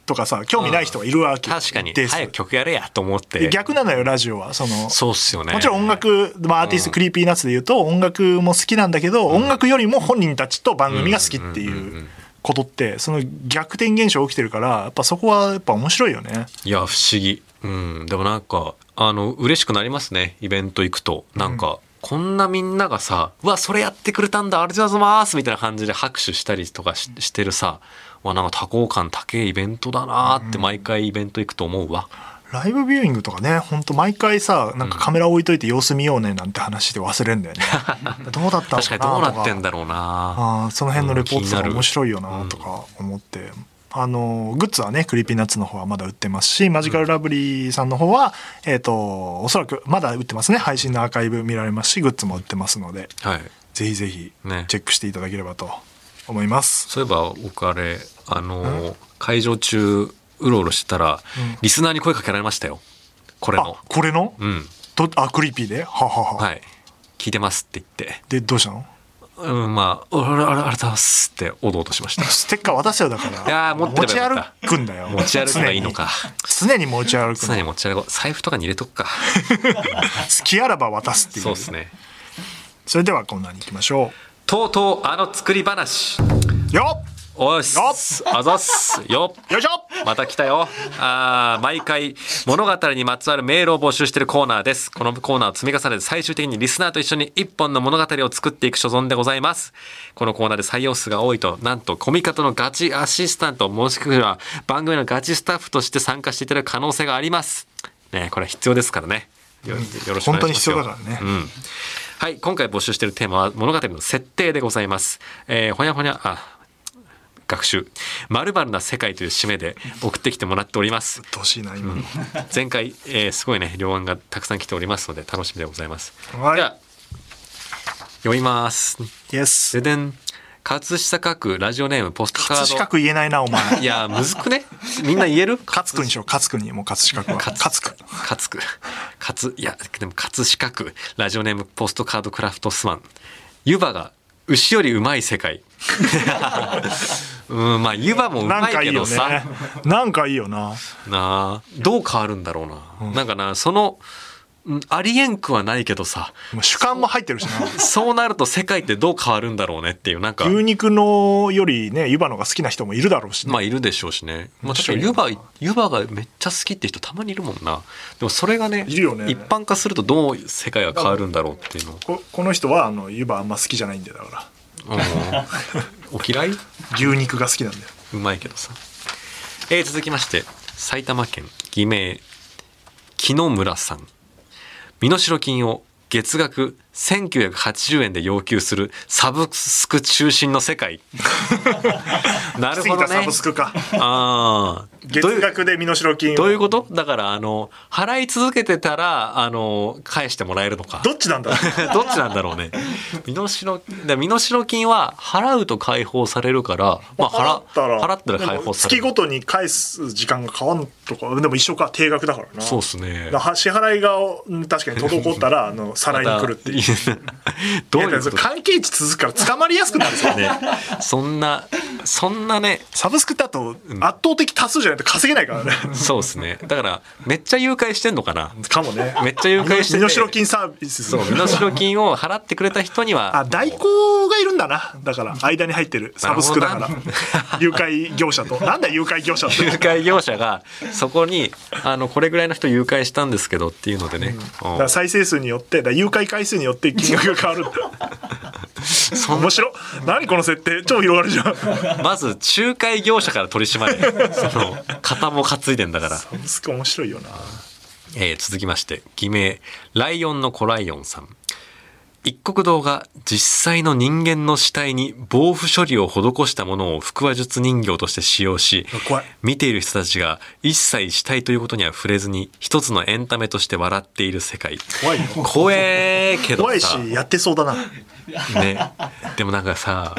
A: とかさ興味ない人がいるわけ
B: 確かに
A: です。
B: 早く曲やれやと思って
A: で逆なのよラジオはその
B: そうっすよね
A: もちろん音楽、まあ、アーティストクリーピーナッツで言うと音楽も好きなんだけど、音楽よりも本人たちと番組が好きっていうことってその逆転現象起きてるからやっぱそこはやっぱ面白いよね。
B: いや不思議うんでもなんかあの嬉しくなりますねイベント行くとなんか、こんなみんながさ「うわそれやってくれたんだありがとうございます」みたいな感じで拍手したりとかししてるさうわなんか多幸感高いイベントだなーって毎回イベント行くと思うわ、
A: ライブビューイングとかねほんと毎回さなんかカメラ置いといて様子見ようねなんて話で忘れんだよ
B: <laughs>
A: ね。どうだったの
B: 確か
A: か
B: にど
A: な
B: うな
A: とか
B: ってんだろうな
A: あーその辺のレポートと
B: うん気にな
A: か
B: る
A: 面白いよなとか思って、あのグッズはねクリーピーナッツの方はまだ売ってますしマジカルラブリーさんの方は、えっ、とおそらくまだ売ってますね配信のアーカイブ見られますしグッズも売ってますので
B: はい
A: ぜひぜひ
B: ね
A: チェックしていただければと思います、
B: そういえば僕あれあのー会場中うろうろしてたら、リスナーに声かけられましたよこれの
A: あこれの、
B: うん
A: とあクリーピーでははは、
B: はい聞いてますって言って
A: でどうしたの
B: うん、まあ、あれ、あれ、あれだっすって、おどおどし
A: <laughs>
B: ました。
A: ステッカー渡せよだから
B: いやー持って
A: 持
B: れば
A: ち
B: よ
A: 歩
B: かった
A: くんだよ
B: 持ち歩くのがいいのか。
A: 常に常に持ち歩く
B: 常
A: の
B: に持ち歩こう。財布とかに入れ
A: <laughs>
B: とくか。
A: 好きあらば渡すっていう
B: そうですね。
A: それではこんなにいきましょ
B: とうとう、あの作り話。
A: うよっ
B: おいっす
A: よ。
B: あざっす。よっ
A: よいしょ
B: また来たよ。あー毎回物語にまつわるメールを募集しているコーナーです。このコーナーを積み重ねて最終的にリスナーと一緒に一本の物語を作っていく所存でございます。このコーナーで採用数が多いと、なんとコミカトのガチアシスタント、もしくは番組のガチスタッフとして参加していただく可能性があります。ねこれは必要ですからね。よよろしくお願いしますよ。
A: 本当に必要だからね
B: うんはい、今回募集しているテーマは物語の設定でございます。えーほにゃほにゃ、あ、学習。まるな世界という締めで送ってきてもらっております。
A: どしいな今の、
B: 前回、えーすごいね、両案がたくさん来ておりますので、楽しみでございます。
A: はい
B: では、読みます。
A: Yes
B: ででん、葛飾区ラジオネームポストカ
A: 葛飾
B: ー
A: 区言えないなお前
B: ド。いや、むずくね。みんな言える
A: 勝つくにしよう勝つくにもう葛飾区は勝つく
B: カツク。カツ、いや、でも、カツ四角。ラジオネーム、ポストカードクラフトスワン。湯葉が、牛よりうまい
A: <laughs>
B: 世界。うん、まあ、湯葉もう
A: な
B: ま
A: ん
B: い
A: かい
B: け
A: い
B: ど
A: よね
B: さ。
A: なんかいいよな
B: なあどう変わるんだろうな。なんかな、その、うんありえんくはないけどさ
A: もう主観も入ってるしな
B: そうなると世界ってどう変わるんだろうねっていうなんか
A: 牛肉のよりね湯葉のが好きな人もいるだろうしね、
B: まあいるでしょうしね、まあ、確かに湯
A: 確
B: 葉湯葉がめっちゃ好きって人たまにいるもんなでもそれがね
A: いるよね
B: 一般化するとどう世界が変わるんだろうっていうの
A: ここの人はあの湯葉あんま好きじゃないんでだから <laughs>
B: うんお嫌い
A: 牛肉が好きなんだよ
B: うまいけどさ、えー続きまして埼玉県偽名木野村さん身代金を月額1980円で要求するサブスク中心の
A: <laughs>
B: 世界なるほ
A: 杉
B: ど
A: 田サ
B: ね
A: ブスクか
B: ああ
A: 月額で身代金を
B: どういうことだからあの払い続けてたらあの返してもらえるのか
A: どっちなんだろう
B: <laughs> どっちなんだろうね身代で身代金は払うと解放されるから、まあ、払払ったら解放さ
A: でも月
B: れる
A: ごとに返す時間が変わんとかでも一緒か定額だからな
B: そうですね
A: だから支払いがうん確かに滞ったらあの再来に来るっていう
B: またどう
A: い
B: い
A: や
B: うこ
A: だ
B: と
A: から関係値続くから捕まりやすくなるんですよ
B: ねそんなそんなね
A: サブスクだと圧倒的多数じゃないと稼げないからね
B: そうですねだからめっちゃ誘拐してんのかな
A: かもね
B: めっちゃ誘拐してて
A: 身代金サービス
B: そう身代金を払ってくれた人には
A: あ代行がいるんだなだから間に入ってるサブスクだか
B: な
A: ら
B: るほど <laughs>
A: 誘拐業者となんだ誘拐業者って
B: 誘拐業者がそこにあのこれぐらいの人誘拐したんですけどっていうのでね、
A: だ
B: う
A: か
B: ん
A: ら再生数によってだから誘拐回数によって金額が変わるんだ
B: <laughs>
A: 面白何この設定超広がるじゃん
B: まず仲介業者から取り締まれその肩も担いでんだから、
A: サブスク面白いよな
B: えー続きまして偽名ライオンのコライオンさん一国堂が実際の人間の死体に防腐処理を施したものを腹話術人形として使用し
A: 怖い
B: 見ている人たちが一切死体ということには触れずに一つのエンタメとして笑っている
A: <laughs>
B: 世界
A: 怖いよ
B: 怖えけどさ
A: 怖いしやってそうだ
B: <laughs>
A: な
B: ね、でもなんかさ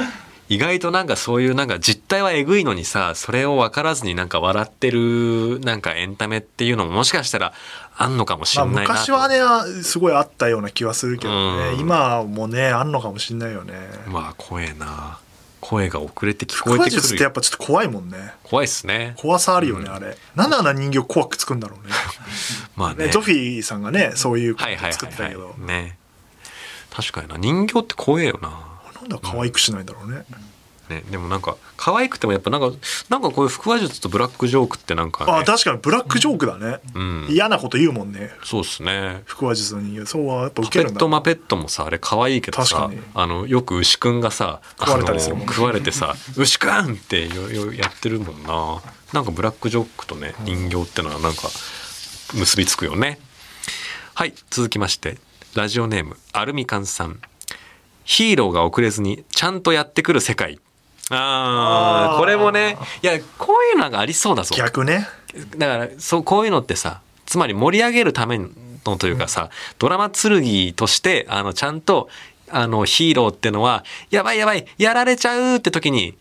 B: 意外となんかそういうなんか実態はえぐいのにさそれを分からずになんか笑ってるなんかエンタメっていうのももしかしたらあんのかもし
A: ま
B: れ
A: あ、
B: ないなと、
A: 昔はねあすごいあったような気はするけど
B: うん
A: ね今もねあんのかもしんないよね
B: まあ怖えな声が遅れて聞こ
A: 腹
B: え
A: 話
B: て
A: 術っ
B: く
A: てや
B: る
A: っぱちょっと怖いもんね
B: 怖いっすね
A: 怖さあるよね、あれなんであんな人形怖く作るんだろうね
B: ま <laughs> あね
A: ねゾフィーさんがねそういうこ
B: はいはい
A: と作った
B: はい、
A: けど、
B: はい、ね確かにな人形って怖えよな
A: なんだ可愛くしないんだろうね、
B: ね、でもなんか可愛くてもやっぱなんかなんかこういう腹話術とブラックジョークってなんか、ね、
A: あ確かにブラックジョークだね、
B: うん
A: 嫌なこと言うもんね
B: そうっすね
A: 腹話術の人形そうはやっぱウ
B: ペ
A: ケる
B: ッ
A: んだ
B: トマペットもさあれ可愛いけど
A: 確
B: さ
A: かに
B: あのよく牛くんがさ
A: 食われたりするもん
B: あ
A: ね
B: の食われてさ「牛くん!」ってよよやってるもんななんかブラックジョークとね人形ってのはなんか結びつくよねはい続きましてラジオネームアルミカンさんヒーローが遅れずにちゃんとやってくる世界あ
A: あ
B: あ
A: ー
B: これもねいやこういうのがありそうだぞ
A: 逆ね
B: だからそうこういうのってさつまり盛り上げるためのというかさ、ドラマ剣としてあのちゃんとあのヒーローってのはやばいやばいやられちゃうって時に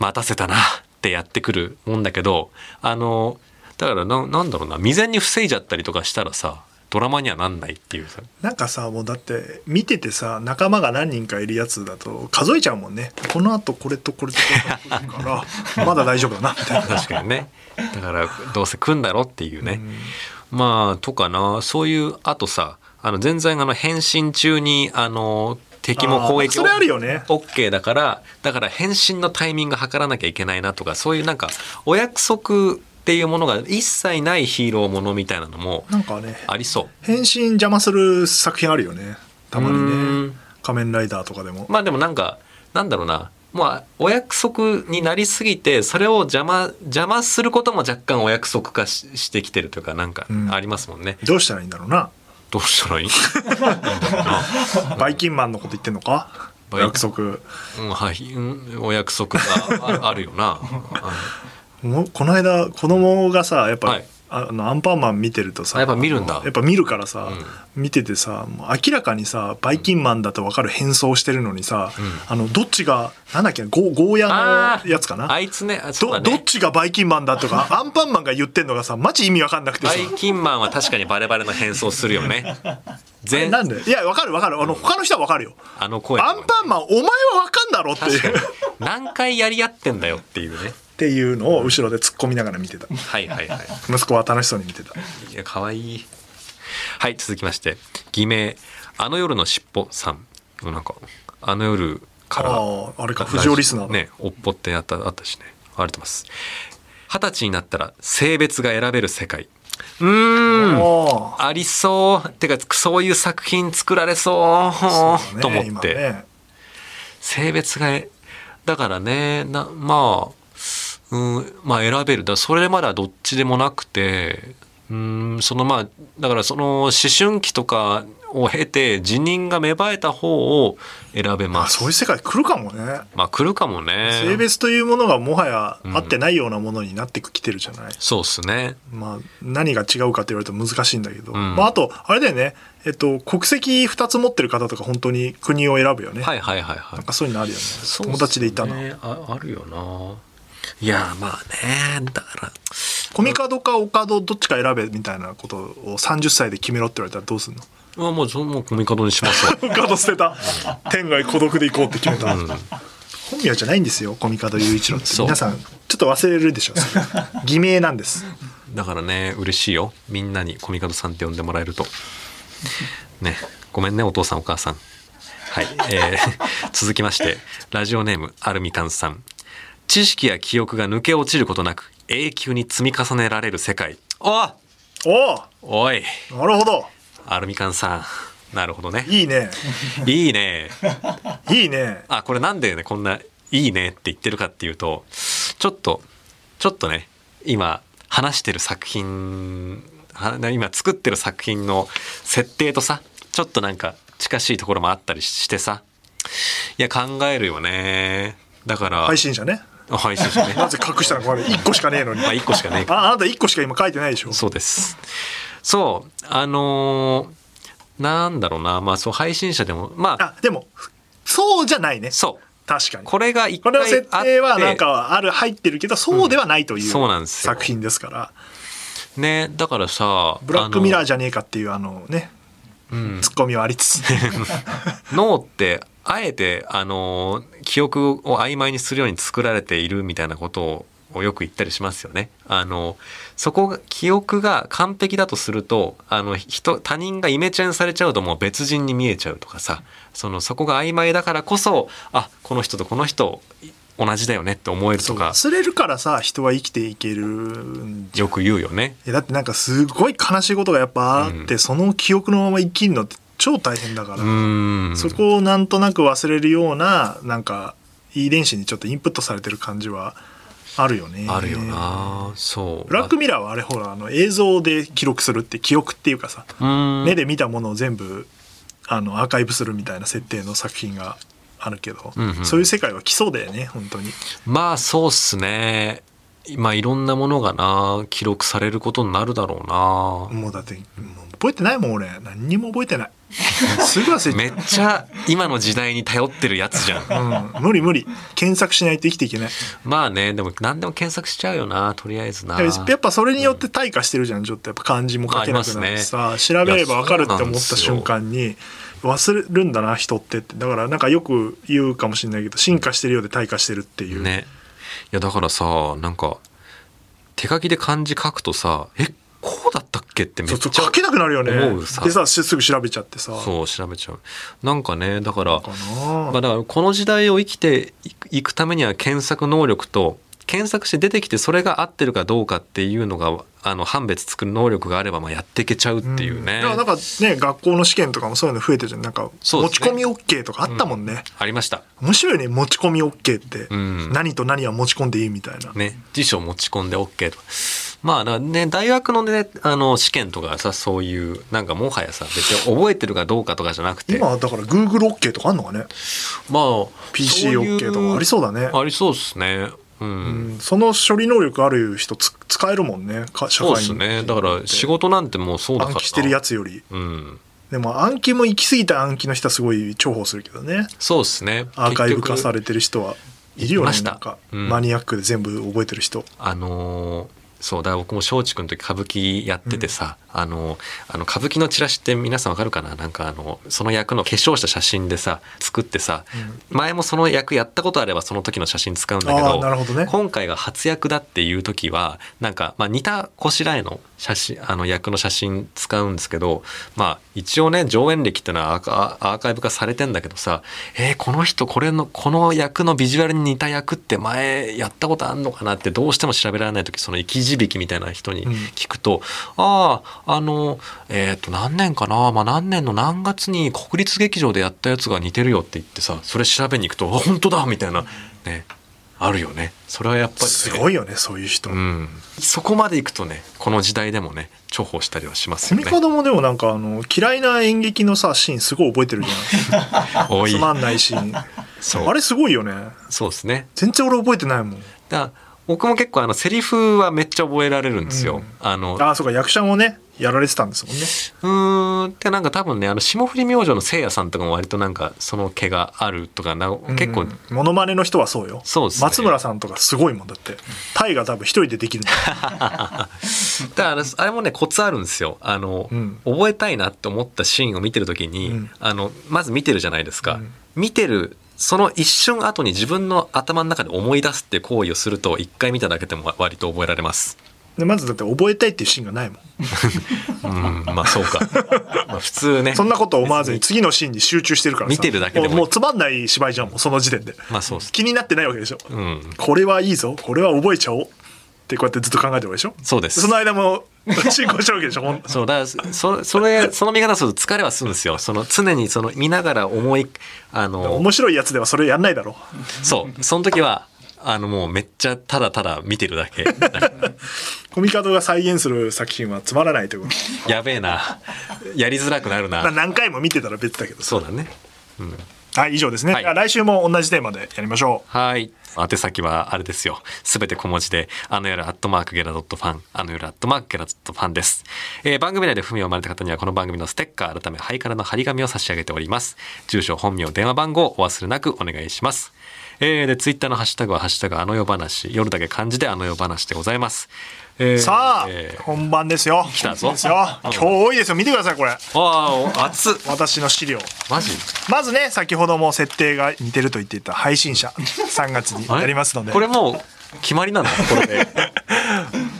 B: 待たせたなってやってくるもんだけどあのだからななんだろうな未然に防いじゃったりとかしたらさドラマにはなんないっていうさ
A: なんかさもうだって見ててさ仲間が何人かいるやつだと数えちゃうもんねこのあとこれとこれとこれとこれ
B: <laughs>
A: だからまだ大丈夫だなみたいな
B: 確か
A: <laughs>
B: にねだからどうせ来んだろっていうね、まあとかなそういうあとさあの全然あの変身中にあの敵も攻撃
A: あーそれあるよね
B: OK だからだから変身のタイミング測らなきゃいけないなとかそういうなんかお約束っていうものが一切ないヒーローものみたいなのも
A: なんかね
B: ありそう
A: 変身邪魔する作品あるよねたま
B: う
A: に
B: ん
A: ね仮面ライダーとかでも、
B: まあでもなんかなんだろうなまあお約束になりすぎてそれを邪魔邪魔することも若干お約束化ししてきてるというかなんか
A: ん
B: ありますもんね、
A: どうしたらいいんだろうな
B: どうした
A: <laughs>
B: らいい
A: バイキンマンのこと言ってんのか
B: バイ
A: 約束
B: うん、はい、うんお約束がああるよ
A: <laughs>
B: な。あ
A: もうこの間子供がさやっぱ、
B: はい
A: あのアンパンマン見てるとさ
B: あやっぱ見るんだ
A: やっぱ見るからさ、見ててさもう明らかにさバイキンマンだと分かる変装してるのにさ、あのどっちがなんだっけゴゴーヤ
B: あー
A: のやつかな
B: あいつね、あそうだ
A: どどっ
B: ね。
A: ちがバイキンマンだと
B: <laughs>
A: かアンパンマンが言ってんのがさマジ意味わかんなくてさ
B: バイキンマンは確かにバレバレの変装するよね。全
A: なんでいや分かる分かるあの他の人は分かるよ
B: あの声。
A: アンパンマンお前は分かんだろって
B: 確か
A: いう
B: に
A: っ。
B: 何回やり合ってんだよっていうね。
A: ていうのを後ろで突っ込みながら見てた
B: はいはいは
A: 息子は楽しそうに見てた
B: い。いや、可愛いはい続きまして偽名あの夜のしっぽさんなんかあの夜から
A: あああれか藤尾リスナーだ
B: ねおっぽってあったあったしねありがとうございます二十歳になったら性別が選べる世界うーん
A: ああ
B: ありそうてかそういう作品作られそう
A: そうだね
B: と思って、
A: 今ね
B: 性別がえだからねなまあ、うん、まあ選べるだからそれまではどっちでもなくてうんそのまあだからその思春期とかを経て辞任が芽生えた方を選べ
A: あ
B: ます
A: そういう世界来るかもね
B: まあ来るかもね
A: 性別というものがもはや合ってないようなものになってきてるじゃない、
B: そうっすね
A: まあ、何が違うかって言われると難しいんだけど、
B: ん
A: まあ、あとあれだよね、えっと、国籍2つ持ってる方とか本当に国を選ぶよね、
B: はいはいはいはい
A: なんかそういうのあるよね
B: そうっすね
A: 友達でいたな
B: ああるよないやまあねだから
A: コミカドかオカドどっちか選べみたいなことを30歳で決めろって言われたらどうすんの <laughs>
B: うわもうそもうコミカドにしますわ
A: オカド捨てた天涯孤独で行こうって決め
B: <laughs>
A: た、本名じゃないんですよコミカド雄一郎って
B: そう
A: 皆さんちょっと忘れる
B: <laughs>
A: でしょそれ偽名なんです
B: だからね嬉しいよみんなにコミカドさんって呼んでもらえるとねごめんねお父さんお母さんはい、えー <laughs> 続きましてラジオネームアルミカンさん知識や記憶が抜け落ちることなく永久に積み重ねられる世界お
A: お
B: おい
A: おなるほど
B: アルミカンさんなるほどね
A: いいね
B: いいね
A: いいね
B: あこれなんでねこんないいねって言ってるかっていうとちょっとちょっとね今話してる作品は今作ってる作品の設定とさちょっとなんか近しいところもあったりしてさいや考えるよねだから
A: 配信者ね
B: 配信者ね
A: <laughs> なぜ隠したのか1個しかねえのに
B: まあ1個しかねえ
A: ああなた1個しか今書いてないでしょ
B: そうです。そう、あのーなんだろうな、まあそう、配信者でも、まあ、
A: あでもそうじゃないね
B: そう、
A: 確かに
B: これが一
A: こ
B: 回
A: れ
B: あ
A: の
B: って
A: 設定はなんかある入ってるけどそうではないという,、
B: うんそうなんですよ
A: 作品ですから
B: ね、だからさ、
A: ブラックミラー
B: ー
A: じゃねえかっていうあのねツッコミはありつ
B: <laughs>
A: つ
B: 脳って、あえて、あのー記憶を曖昧にするように作られているみたいなことを、をよく言ったりしますよね。あのそこが記憶が完璧だとするとあの人他人がイメチェンされちゃうともう別人に見えちゃうとかさそのそこが曖昧だからこそあこの人とこの人同じだよねって思えるとか
A: 忘れるからさ人は生きていけるんじゃん
B: よく言うよね。
A: えだってなんかすごい悲しいことがやっぱあって、その記憶のまま生きるのって超大変だから、
B: うーん
A: そこをなんとなく忘れるようななんか遺伝子にちょっとインプットされてる感じはあるよね
B: あるよなそう
A: ブラックミラーはあれほらあの映像で記録するって記憶っていうかさ、
B: うーん
A: 目で見たものを全部あのアーカイブするみたいな設定の作品があるけど、
B: んうん
A: そういう世界は来そうだよね本当に
B: まあそうっすね。まあいろんなものがな記録されることになるだろうな。
A: もうだってもう覚えてないもん俺何にも覚えて
B: <laughs>
A: ないすぐ忘れ
B: め
A: て
B: っちゃ今の時代に頼ってるやつじゃ
A: <laughs>
B: ん。
A: うん、無理無理検索しないと生きていけない
B: まあねでも何でも検索しちゃうよなとりあえずな。
A: やっぱそれによって退化してるじゃんちょっとやっぱ漢字も書けなくなるし
B: あり
A: さ、
B: ますね
A: 調べれば分かるって思
B: い
A: っ
B: や
A: た瞬
B: そうなんですよ
A: 間に忘れるんだな人ってってだからなんかよく言うかもしれないけど進化してるようで退化してるっていう、
B: ね。いやだからさなんか手書きで漢字書くとさえこうだったっけってめ
A: そ
B: っ
A: うそう
B: ちゃ
A: 書けなくなるよね
B: 思うさ
A: でさしすぐ調べちゃってさ
B: そう調べちゃう。なんかねだから。
A: かな、
B: まあ、だからこの時代を生きていくためには検索能力と検索して出てきてそれが合ってるかどうかっていうのがあの判別つく能力があればまあやっていけちゃうっていう
A: だ
B: ね、
A: からなんかね学校の試験とかもそういうの増えてるじゃんなんか
B: そう
A: 持
B: です
A: ち
B: ね
A: 込み OK とかあったもんね、
B: ありました
A: 面白いよね持ち込み OK って、
B: ん
A: 何と何は持ち込んでいいみたいな、
B: ね辞書持ち込んで OK とかまあだからね大学のねあの試験とかさそういうなんかもはやさ別に覚えてるかどうかとかじゃなくて
A: 今だから GoogleOK とかあんのかね
B: まあ
A: PCOK とかありそうだね
B: ありそうですねうん
A: その処理能力ある人つ使えるもんねか社会
B: そう
A: に
B: ですねだから仕事なんてもうそうだか
A: 暗
B: ら
A: 記してるや
B: つ
A: つより
B: うん
A: でも暗記も行き過ぎた暗記の人はすごい重宝するけどね
B: そうですね
A: アーカイブ化
B: 結局
A: されてる人はいるよ
B: いま
A: ね
B: した
A: なんか、
B: うん
A: マニアックで全部覚えてる人
B: あのーそうだから僕も松竹の時歌舞伎やっててさ、あのあの歌舞伎のチラシって皆さんわかるかななんかあのその役の化粧した写真でさ作ってさ、前もその役やったことあればその時の写真使うんだけ
A: あ
B: ど
A: ーなるほどね
B: 今回が初役だっていう時はなんか、まあ、似たこしらえの写真あの役の写真使うんですけど、まあ、一応ね上演歴ってのはアーカアーカイブ化されてんだけどさえーこの人これのこの役のビジュアルに似た役って前やったことあんのかなってどうしても調べられない時その生き字引みたいな人に
A: うん
B: 聞くと、あああのえっ、と何年かな、まあ、何年の何月に国立劇場でやったやつが似てるよって言ってさそれ調べに行くとあ本当だみたいなねあるよねそれはやっぱりね、
A: すごいよねそういう人、
B: うん、そこまで行くとねこの時代でもね重宝したりはします
A: セ
B: よ
A: ミ
B: ね。
A: カドもでもなんかあの嫌いな演劇のさシーンすごい覚えて
B: <laughs>
A: るじゃ
B: 多
A: ん
B: い
A: つまんないシーン
B: <laughs> そう
A: あれすごいよね
B: そうですね
A: 全然俺覚えてないもん
B: だから僕も結構あのセリフはめっちゃ覚えられるんですよ。
A: うん
B: あの
A: ああそうか役者もねやられてたんですもんね
B: うーんってなんか多分ねあの霜降り明星のせいやさんとかも割となんかその毛があるとかな結構、
A: うんモノマネの人はそうよ
B: そうっすね
A: 松村さんとかすごいもんだってタイが多分一人でできる
B: だからあれもねコツあるんですよあの、
A: うん
B: 覚えたいなって思ったシーンを見てる時に、
A: うん
B: あのまず見てるじゃないですか、
A: うん
B: 見てるその一瞬後に自分の頭の中で思い出すっていう行為をすると一回見ただけでも割と覚えられます。
A: でまずだって覚えたいっていうシーンがないもん
B: うん、まあそう
A: <laughs>
B: か。まあ普通ね。
A: そんなこと思わずに次のシーンに集中してるからさ
B: 見てるだけでも
A: もうもうつまんない芝居じゃんもうその時点で
B: まあそうっす。
A: 気になってないわけでしょ、
B: うん。
A: これはいいぞこれは覚えちゃおうってこうやってずっと考えてるわけでしょ
B: そうです
A: その間も進行しちゃうわけでしょほん
B: そうだからそそれその見方すると疲れはするんですよ。その常にその見ながら思いあの
A: 面白いやつではそれやんないだろ
B: そうその時はあのもうめっちゃただただ見てる
A: <laughs>
B: だけ。
A: コミカドが再現する作品はつまらないというこ
B: やべえな。やりづらくなる
A: とまあ
B: な。
A: 何回も見てたら別だけどさ
B: そうだね。
A: はい以上ですね、
B: はい
A: 来週も同じテーマでやりましょう
B: はい。宛先はあれですよ。すべて小文字で、あの夜アットマークゲラドットファン、あの夜アットマークゲラドットファンです。えー番組内で不明を生まれた方には、この番組のステッカー、改め、ハイカラの張り紙を差し上げております。住所、本名、電話番号をお忘れなくお願いします。えーで、ツイッターのハッシュタグは、ハッシュタグあの夜話、夜だけ漢字であの夜話でございます。えー
A: さあ、
B: えー
A: 本番ですよ。
B: 来たぞ
A: ですよ。今日多いですよ。見てください、これ。
B: あー、お熱っ
A: 私の資料。
B: マジ
A: まずね、先ほども設定が似てると言っていた配信
B: <laughs>
A: 者、3月に
B: あれ
A: なりますので、
B: これもう、決まりなんだ、これで。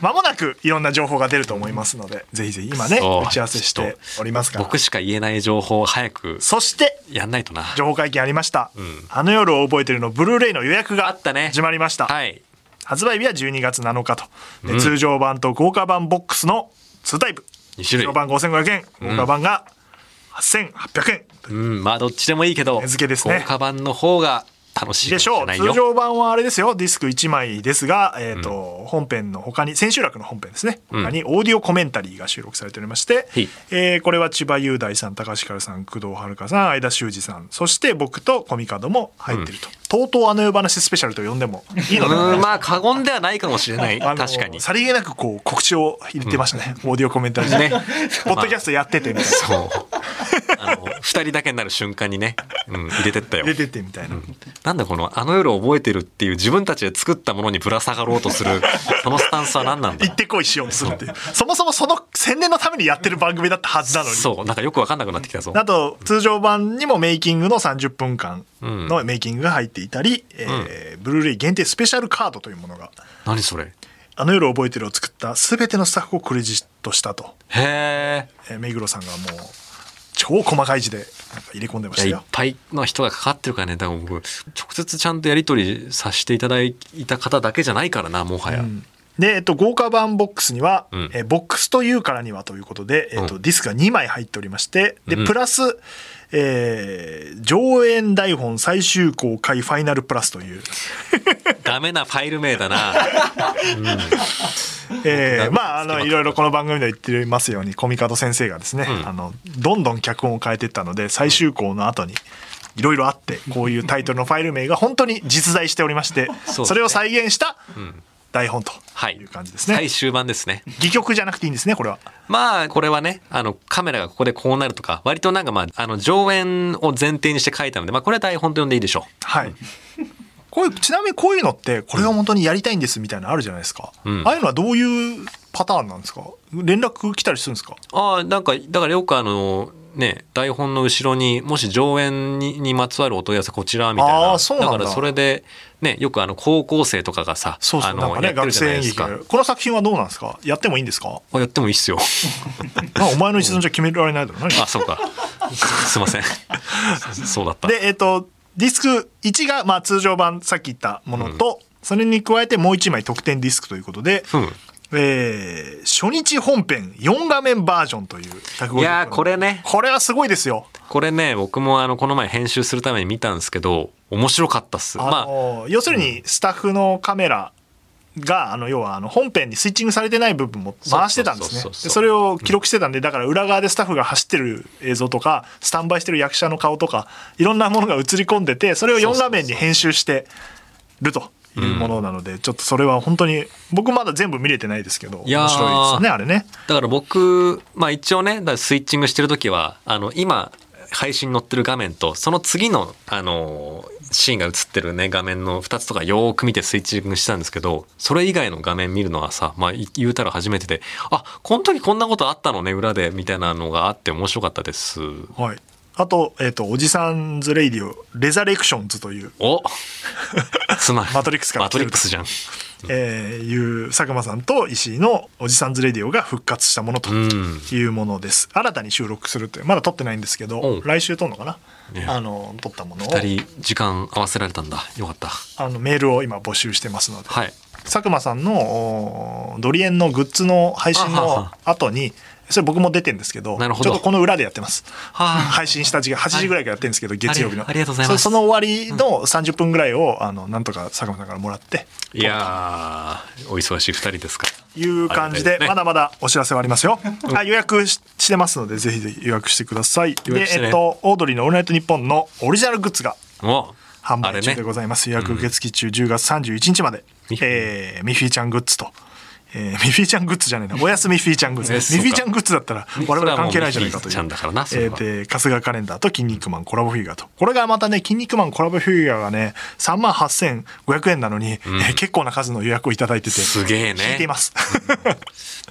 A: まもなくいろんな情報が出ると思いますので、ぜひぜひ今ね、
B: そう
A: 打ち合わせしておりますから
B: 僕。しか言えない情報を早く
A: そして、
B: やんないとな。
A: 情報会見ありました。あの夜を覚えてるのブルーレイの予約
B: あ
A: が
B: ったね
A: 始まりました。
B: はい。
A: 発売日は12月7日と、で通常版と豪華版ボックスの2タイプ。
B: 2種
A: 通
B: 類
A: 常。版5500円、豪華版が8800円という
B: うん、まあどっちでもいいけど、
A: 値付けですね
B: 豪華版の方が楽しいか
A: で
B: も
A: し
B: し
A: ょ
B: れ
A: う
B: ない
A: 通
B: よ。
A: 常版はあれですよディスク1枚ですが、えーと本編の他に千秋楽の本編ですね他にオーディオコメンタリーが収録されておりまして、
B: はい
A: えーこれは千葉雄大さん高橋ひかるさん工藤遥さん相田修二さんそして僕とコミカドも入ってると、とうとうあの夜話スペシャルと呼んでもいいのではな
B: う
A: い
B: ん、まあ過言ではないかもしれない。
A: あの
B: 確かに。
A: さりげなくこう告知を入れてました
B: <laughs>
A: ね、オーディオコメンタリー
B: ね
A: ねポッドキャストやっててみたいな、
B: そう。あの、二人だけになる瞬間にね、うん、入れてったよ
A: 出。ててみたいな、
B: なんだこの、あの夜覚えてるっていう自分たちで作ったものにぶら下がろうとす
A: <laughs>
B: る、そのスタンスは何なん
A: 行っ
B: だ
A: てこいしようとするっていうそもそもその宣伝のためにやってる番組だったはずなのに
B: そう、なんかよくわかんなくなってきたぞ。
A: あと通常版にもメイキングの30分間のメイキングが入っていたり、えーブルーレイ限定スペシャルカードというものが
B: 何それ
A: 「あの夜覚えてる」を作った全てのスタッフをクレジットしたと、
B: へえ。
A: えー目黒さんがもう超細かい字でなんか入れ込んでまし
B: い
A: た
B: やいっ
A: よ。
B: ぱいの人がかかってるからねだから僕直接ちゃんとやり取りさせていただいた方だけじゃないからなもはや、
A: うんで、えっと、豪華版ボックスには、
B: うん
A: えーボックスというからにはということで、えっと
B: う
A: ディスクが2枚入っておりましてで
B: うん
A: プラス、えー上演台本最終公開ファイナルプラスという。
B: ダメなファイル名だな
A: <laughs> えー、まああの
B: なんかつけまくった
A: いろいろこの番組で言ってますようにコミカド先生がですね、
B: うん
A: あのどんどん脚本を変えていったので最終稿の後にいろいろあってこういうタイトルのファイル名が本当に実在しておりまして
B: す
A: そ,、
B: ね
A: れを再現した
B: ん
A: 台本と
B: はい
A: いう感じですね、
B: 最終版ですね。
A: 戯曲じゃなくていいんですねこれは
B: まあこれはねあのカメラがここでこうなるとか割となんかまああの上演を前提にして書いたのでまあこれは台本と呼んでいいでしょ
A: はい。こういうちなみにこういうのってこれを本当にやりたいんですみたいなのあるじゃないですか、
B: うん
A: ああいうのはどういうパターンなんですか連絡来たりするんですか
B: ああなんかだからよくあのね台本の後ろにもし上演ににまつわるお問い合わせこちらみたいな
A: あーそうなんだ
B: からそれでねよくあの高校生とかがさ
A: そうそ
B: あ
A: うなん
B: の
A: かね
B: やってる
A: 学
B: じゃな
A: 生
B: い
A: 演
B: です
A: 劇
B: か
A: がこの作品はどうなんですかやってもいいんですか
B: あやってもいいっすよ
A: まあお前の一存じゃ決められないだろうな
B: あそうか <laughs> すいませんそうだった
A: でえっ、とディスク1がまあ通常版さっき言ったものと、それに加えてもう1枚特典ディスクということで、
B: うん
A: えー初日本編4画面バージョンという150分
B: いやーこれね
A: これはすごいですよ
B: これね僕もあのこの前編集するために見たんですけど面白かったっす
A: あ
B: まあ
A: の要するにスタッフのカメラがあの要はあの本編にスイッチングされてない部分も回してたんですね
B: そうそうそうそう
A: でそれを記録してたんでだから裏側でスタッフが走ってる映像とかスタンバイしてる役者の顔とかいろんなものが映り込んでてそれを
B: そう
A: 4
B: そうそう
A: 画面に編集してるというものなのでちょっとそれは本当に僕まだ全部見れてないですけど面
B: いやー
A: 白いですよねあれね
B: だから僕まあ一応ねだからスイッチングしてる時はあの今配信に載ってる画面とその次のあのシーンが映ってるね画面の2つとかよーく見てスイッチングしてたんですけどそれ以外の画面見るのはさまあい言うたら初めてであこの時こんなことあったのね裏でみたいなのがあって面白かったです
A: はいあと,、えっとおじさんズレイディオレザレクションズという、 <laughs>
B: おつまり
A: マトリックスから
B: マ
A: 来て
B: ト
A: る
B: リックスじゃん
A: えーいう佐久間さんと石井のおじさんズレディオが復活したものと
B: うん
A: いうものです、新たに収録するというまだ撮ってないんですけ
B: お
A: ど
B: う
A: 来週撮るのかな、
B: ね
A: あの撮ったものを
B: 2人時間合わせられたんだよかった
A: あのメールを今募集してますので、
B: はい
A: 佐久間さんのおドリエンのグッズの配信
B: あは
A: の
B: は
A: 後にそれ僕も出てんですけど
B: なるほ
A: ち
B: ど
A: ょっとこの裏でやってます
B: はあ
A: 配信した時間8時ぐらいからやってるんですけど月曜日の
B: ありありがとうございます
A: そその終わりの30分ぐらいをあのなんとか佐久間さんからもらって
B: いやーお忙しい2人ですから
A: いう感じ
B: あ
A: で
B: りがたいですね
A: まだまだお知らせはありますよ。あ予約ししてますのでぜひぜひ予約してください。
B: 予
A: で
B: 約してね
A: えっとオードリーのオールナイトニッポンのオリジナルグッズが
B: お
A: 販
B: あれ
A: 売
B: ね
A: 中でございます。予約受付中10月31日まで、
B: ミフィ
A: えーミッフィーちゃんグッズと。えーミッフィーちゃんグッズじゃねえなおやすみミッフィーちゃんグッズ、
B: え
A: ね、
B: そう
A: ミ
B: か
A: ッフィーちゃんグッズだったら我々は関係ないじゃないかという
B: それはもうミッフィーちゃんだからなそれは
A: えーで春日カレンダーと「筋肉マン」コラボフィギュアとこれがまたね「筋肉マン」コラボフィギュアがね3万8500円なのに、えー結構な数の予約をいただいてて
B: すげえね
A: 引いています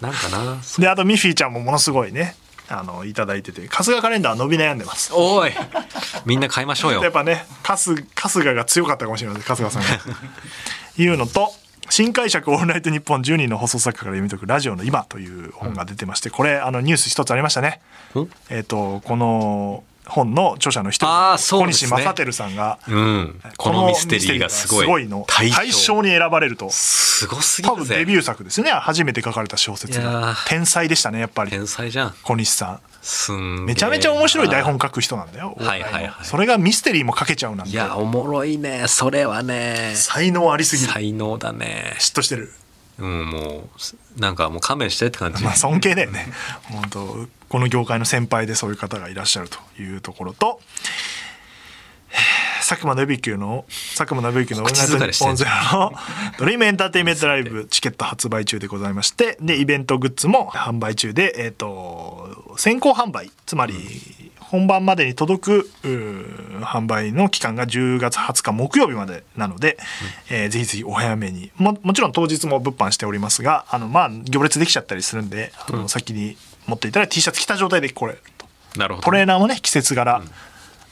B: なんかなそ
A: であとミッフィーちゃんもものすごいねあのいただいてて春日カレンダーは伸び悩んでます
B: おいみんな買いましょう
A: やっ
B: よ
A: ぱね春春日が強かったかもしれません春日さんが <laughs> いうのと新解釈オールナイトニッポン10人の放送作家から読み解くラジオの今という本が出てまして、これあのニュース一つありましたね
B: うん。
A: えっ、とこの本の著者の一人
B: あーそう
A: 小
B: です
A: 西
B: ね
A: 正輝さんが、
B: うんこのミステリーがすごい
A: の
B: 大
A: 大
B: 賞
A: 賞に選ばれると
B: すごすぎ
A: 多
B: る
A: 分
B: ぜ
A: デビュー作ですよね初めて書かれた小説
B: いや
A: が
B: ー
A: 天才でしたねやっぱり
B: 天才じゃん
A: 小西さん
B: すんげえ
A: めちゃめちゃ面白い台本書く人なんだよ。
B: はいはいはい
A: それがミステリーも書けちゃうなん
B: い
A: て。
B: やおもろいねそれはね
A: 才能ありすぎる。
B: 才能だね
A: 嫉妬してる。
B: うんもうなんかもう勘弁してって感じ
A: まあ尊敬だよね。本当この業界の先輩でそういう方がいらっしゃるというところと、佐久間信之の佐久間信之のオールナイトニッポンゼロのドリームエンターテインメントライブチケット発売中でございまして、でイベントグッズも販売中で、えっ、と先行販売つまり。本番までに届くうー販売の期間が10月20日木曜日までなので、えーぜひぜひお早めにももちろん当日も物販しておりますがあの、まあ、行列できちゃったりするんであの先に持っていたら T シャツ着た状態でこれと
B: なるほど
A: トレーナーもね季節柄、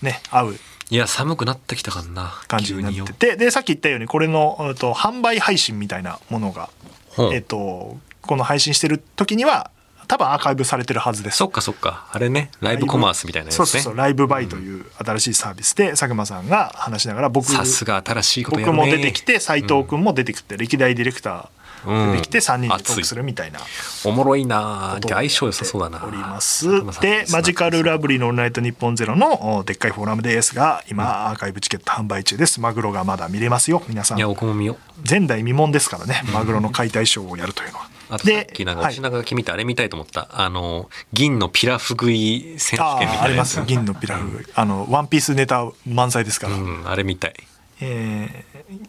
A: ね合う
B: いや寒くなってきたからな
A: 感じにな
B: 急よ
A: っててでさっき言ったようにこれの、えっと、販売配信みたいなものが、
B: ほう
A: えっと、この配信してる時には多分アーカイブされてるはずです。
B: そっかそっかあれねライブコマースみたいなやつ
A: そう
B: ね
A: そうそうライブバイという新しいサービスで、佐久間さんが話しながら僕
B: さすが新しいことや
A: 僕
B: るね
A: も出てきて斎藤君も出てきて、歴代ディレクター出てきて
B: うん
A: 3人でトークするみたいな
B: おもろいな
A: ことを
B: で相性良さそうだな
A: おります
B: 佐久間さん
A: で
B: リスナー
A: マジカルラブリーのオールナイトニッポンゼロのおでっかいフォーラムですが今アーカイブチケット販売中ですマグロがまだ見れますよ皆さ
B: いや
A: ん
B: 僕も見よう
A: 前代未聞ですからねマグロの解体ショーをやるというのは
B: あとさ
A: で
B: っきなんか
A: は
B: お
A: い
B: 品書き見てあれ見たいと思った、あの銀のピラフ食い選手
A: あ
B: 権みたいなや
A: ー
B: つ
A: あります銀のピラフあのワンピースネタ満載ですから、
B: うんあれみたい
A: えー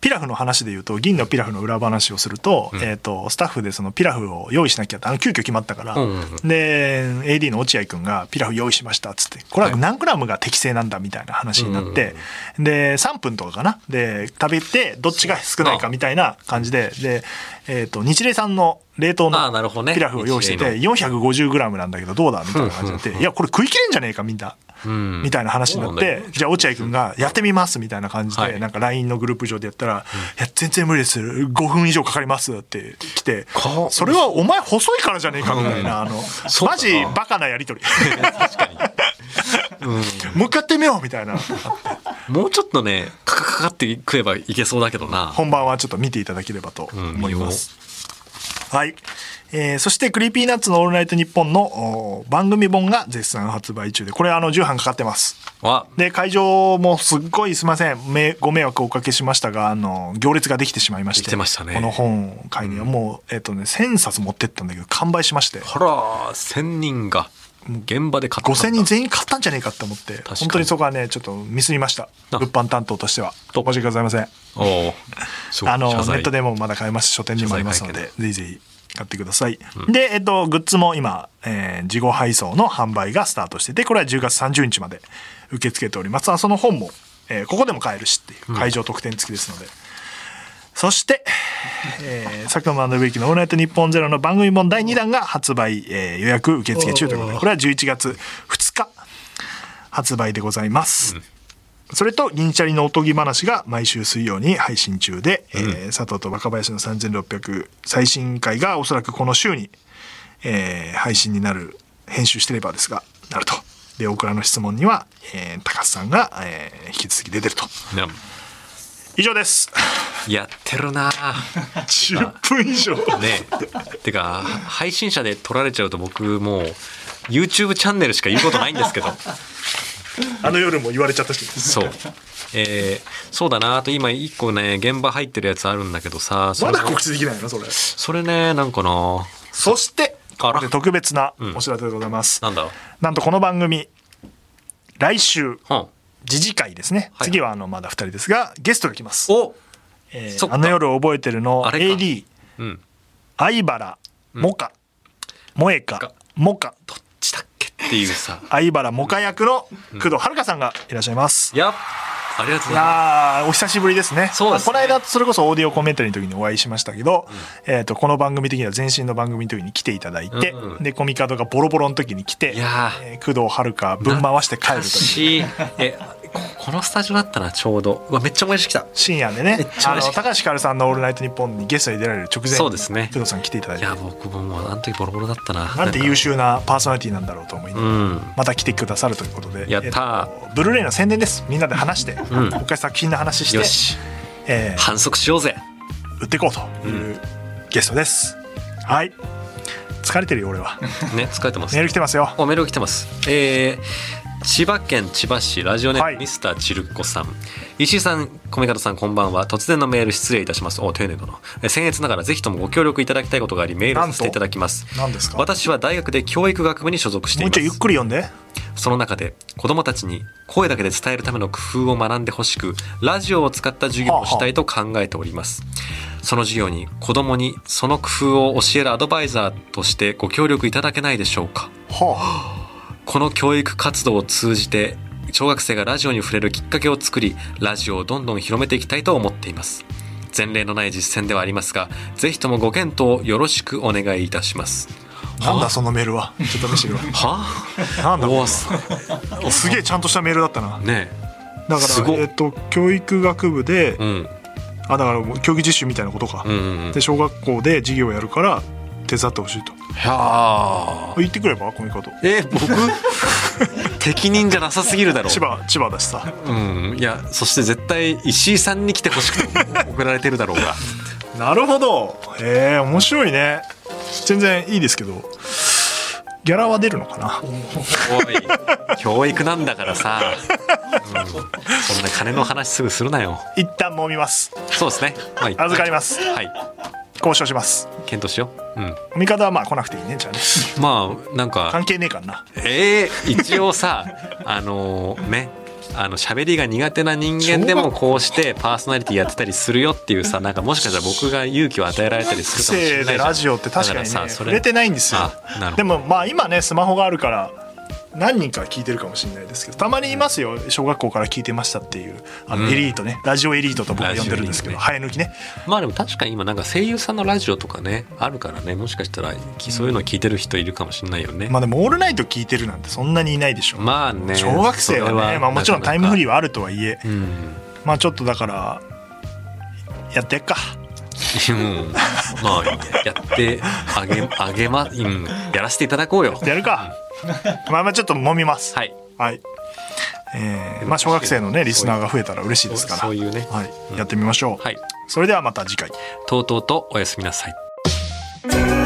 A: ピラフの話で言うと銀のピラフの裏話をすると,、えー、とスタッフでそのピラフを用意しなきゃってあの急遽決まったから、
B: うんうんうん
A: で AD の落合君が「ピラフ用意しました」っつってこれは何グラムが適正なんだみたいな話になって、で3分とかかなで食べてどっちが少ないかみたいな感じでで、えー、と日霊さんの冷凍
B: あーなるほど
A: の
B: ね
A: ピラフを用意してて、450g なんだけどどうだみたいな感じになって「いやこれ食い切れんじゃねえかみんな」
B: ん
A: みたいな話になっ
B: そうなんだ
A: てじゃあ落合君が「やってみます」みたいな感じで、
B: はい
A: なんか LINE のグループ上でやったら「いや全然無理です5分以上かかります」って来て
B: か
A: それはお前細いからじゃねえかみたいな、あの
B: そうだ
A: マ
B: な
A: ジバカなやり
B: <laughs>
A: 取りもう一回やってみようみたいな
B: もうちょっとねカカカカって食えばいけそうだけどな
A: 本番はちょっと見ていただければと
B: うん
A: 思います。はい、えーそして「クリーピーナッツのオールナイトニッポンの」お番組本が絶賛発売中でこれあの重版かかってます
B: わ
A: で会場もすっごいすいませんめご迷惑をおかけしましたがあの行列ができてしまいまして
B: できてましたね
A: この本を買いに、もうえっ、とね1,000冊持ってったんだけど完売しまして
B: ほら1,000人が現場で買ったんだ
A: 5,000人全員買ったんじゃねえかって思って
B: かに
A: 本当にそこはねちょっとミスりました
B: あ
A: 物販担当としては
B: と
A: 申し訳ございません
B: おうすごい
A: あのネ
B: 謝罪
A: ットでもまだ買えますし書店にもありますの
B: 謝
A: でぜひぜひ買ってください、で、えっと、グッズも今、えー、事後配送の販売がスタートしててこれは10月30日まで受け付けておりますあその本も、えーここでも買えるしっていう会場特典付きですので、そして、えー、佐久間宣行の「オールナイトニッポンゼロの番組本第2弾が発売、えー予約受付中ということでこれは11月2日発売でございます、それと銀シャリのおとぎ話が毎週水曜に配信中で、えー佐藤と若林の3600最新回がおそらくこの週に、えー配信になる編集してればですがなるとで大倉の質問には、えー高須さんが、えー引き続き出てると
B: ね
A: 以上です
B: やってるな
A: 10分以上
B: ね <laughs> てか配信者で撮られちゃうと僕もう YouTube チャンネルしか言うことないんです
A: <laughs>
B: けど
A: あの夜も言われちゃったし
B: そうえーそうだなあと今一個ね現場入ってるやつあるんだけどさそ
A: ま
B: れも
A: だ告知できないのそれ
B: それねなんかな
A: そして
B: あ
A: こ
B: ら
A: こで特別なお知らせでございます、
B: なんだろ
A: なんとこの番組来週
B: う、うん、
A: 時事会ですね、
B: はい
A: 次はあのまだ2人ですがゲストが来ます、
B: お
A: えー
B: そっか
A: あの夜を覚えてるの
B: あれか
A: AD
B: うん
A: 相原モカ、萌
B: か
A: 歌モカ
B: どっちだっけっていうさ
A: 相原モカ役の工藤遥さんがいらっしゃいます、
B: いやありがと
A: い
B: うございま
A: やーお久しぶりですね
B: そうですね
A: まあこの間それこそオーディオコメンタリーの時にお会いしましたけど、えー、とこの番組的には前身の番組の時に来ていただいて、
B: うん
A: でコミカドがボロボロの時に来て
B: いやー
A: えー工藤遥分回して帰ると
B: す
A: いう
B: しえここのスタジオだったなちょうどうわめっちゃ思い出してきた
A: 深夜で
B: めっ
A: ね
B: ちゃ
A: あ
B: 嬉し
A: の
B: かった
A: 高橋ひかるさんの「オールナイトニッポン」にゲストに出られる直前に
B: そうですね
A: 工藤さん来ていただい
B: い
A: て
B: や僕ももうあの時ボロボロだったなな
A: なんて優秀なパーソナリティなんだろうと思いな
B: う
A: がら
B: ん
A: また来てくださるということで
B: やったー
A: えっとブルーレイの宣伝ですみんなで話して、
B: ん
A: もう一回作品の話して
B: よし
A: えー
B: 反則し
A: <laughs>
B: ようぜ
A: 売っていこうといううゲストです、はい疲れてるよ俺は
B: ね疲れてます
A: メール来てますよ
B: おメール来てます。えー千葉県千葉市ラジオネーム、
A: はい
B: ミスターチルッコさん石井さん米方さんこんばんは突然のメール失礼いたしますお丁寧だなえー僭越ながらぜひともご協力いただきたいことがありメールさせていただきます
A: 何ですかもう
B: 私は大学で教育学部に所属してい
A: 一
B: ま
A: 回ゆっ
B: す
A: くり読んで
B: その中で子どもたちに声だけで伝えるための工夫を学んでほしくラジオを使った授業をしたいと考えております。その授業に子どもにその工夫を教えるアドバイザーとしてご協力いただけないでしょうか
A: ほう
B: この教育活動を通じて小学生がラジオに触れるきっかけを作りラジオをどんどん広めていきたいと思っています前例のない実践ではありますがぜひともご検討よろしくお願いいたします
A: なんだ
B: は
A: そのメールはちょっと見せてく
B: <laughs>
A: れ
B: は
A: なんだ
B: お
A: こ
B: おす
A: れすげえちゃんとしたメールだったな
B: ね
A: だか
B: すごっ
A: らえっと教育学部で、
B: えうん
A: あだからもう教育実習みたいなことか、
B: うんうんうん
A: で小学校で授業をやるから手伝ってほしいと
B: はあ
A: 言ってくればこの方
B: え僕 <laughs> 適任じゃなさすぎるだろ
A: 千葉千葉だしさ
B: うんいやそして絶対石井さんに来てほしくて <laughs> 送られてるだろうが
A: なるほどへえ面白いね全然いいですけどギャラは出るのかな
B: おい教育なんだからさ、うん、そんな金の話すぐするなよ
A: 一旦揉みます
B: そうですね。はい。
A: 預かります
B: はい。
A: 交渉します
B: 検討しよう。うん。
A: 味方はまあ来なくていいねじゃあね
B: まあなんか
A: 関係ねえからな
B: えー、一応さあのーねあの喋りが苦手な人間で
A: 小
B: も
A: 学
B: こうしてパーソナリティやってたりするよっていうさなんかもしかしたら僕が勇気を与えられたりするかもしれ
A: 生
B: ない
A: で
B: じゃん
A: ラジオって確かに
B: だら
A: ね
B: さそ
A: 触れてないんですよ
B: あなるほど
A: でもまあ今ねスマホがあるから何人か聞いてるかもしれないですけどたまにいますよ小学校から聞いてましたっていうあのエリートね、ラジオエリートと僕は呼んでるんですけど
B: ラ
A: 生え抜きね
B: まあでも確かに今なんか声優さんのラジオとかねあるからねもしかしたらきそういうの聞いてる人いるかもしれないよね。
A: まあでもオールナイト聞いてるなんてそんなにいないでしょ、
B: まあね
A: 小学生はね
B: それは
A: まあ、もちろん
B: なか
A: タ
B: な
A: イ
B: か
A: ムフリーはあるとはいえ
B: うん、
A: まあちょっとだからやってっか
B: うんまあやってあげあげま、うん、やらせていただこうよ。
A: やる
B: <laughs>
A: かまあまあちょっと揉みます
B: はい
A: はいえーまあ小学生のねリスナーが増えたら嬉しいですから
B: そういうね
A: はい、やってみましょう、
B: はい
A: それではまた次回
B: とうとうとおやすみなさい。
C: 「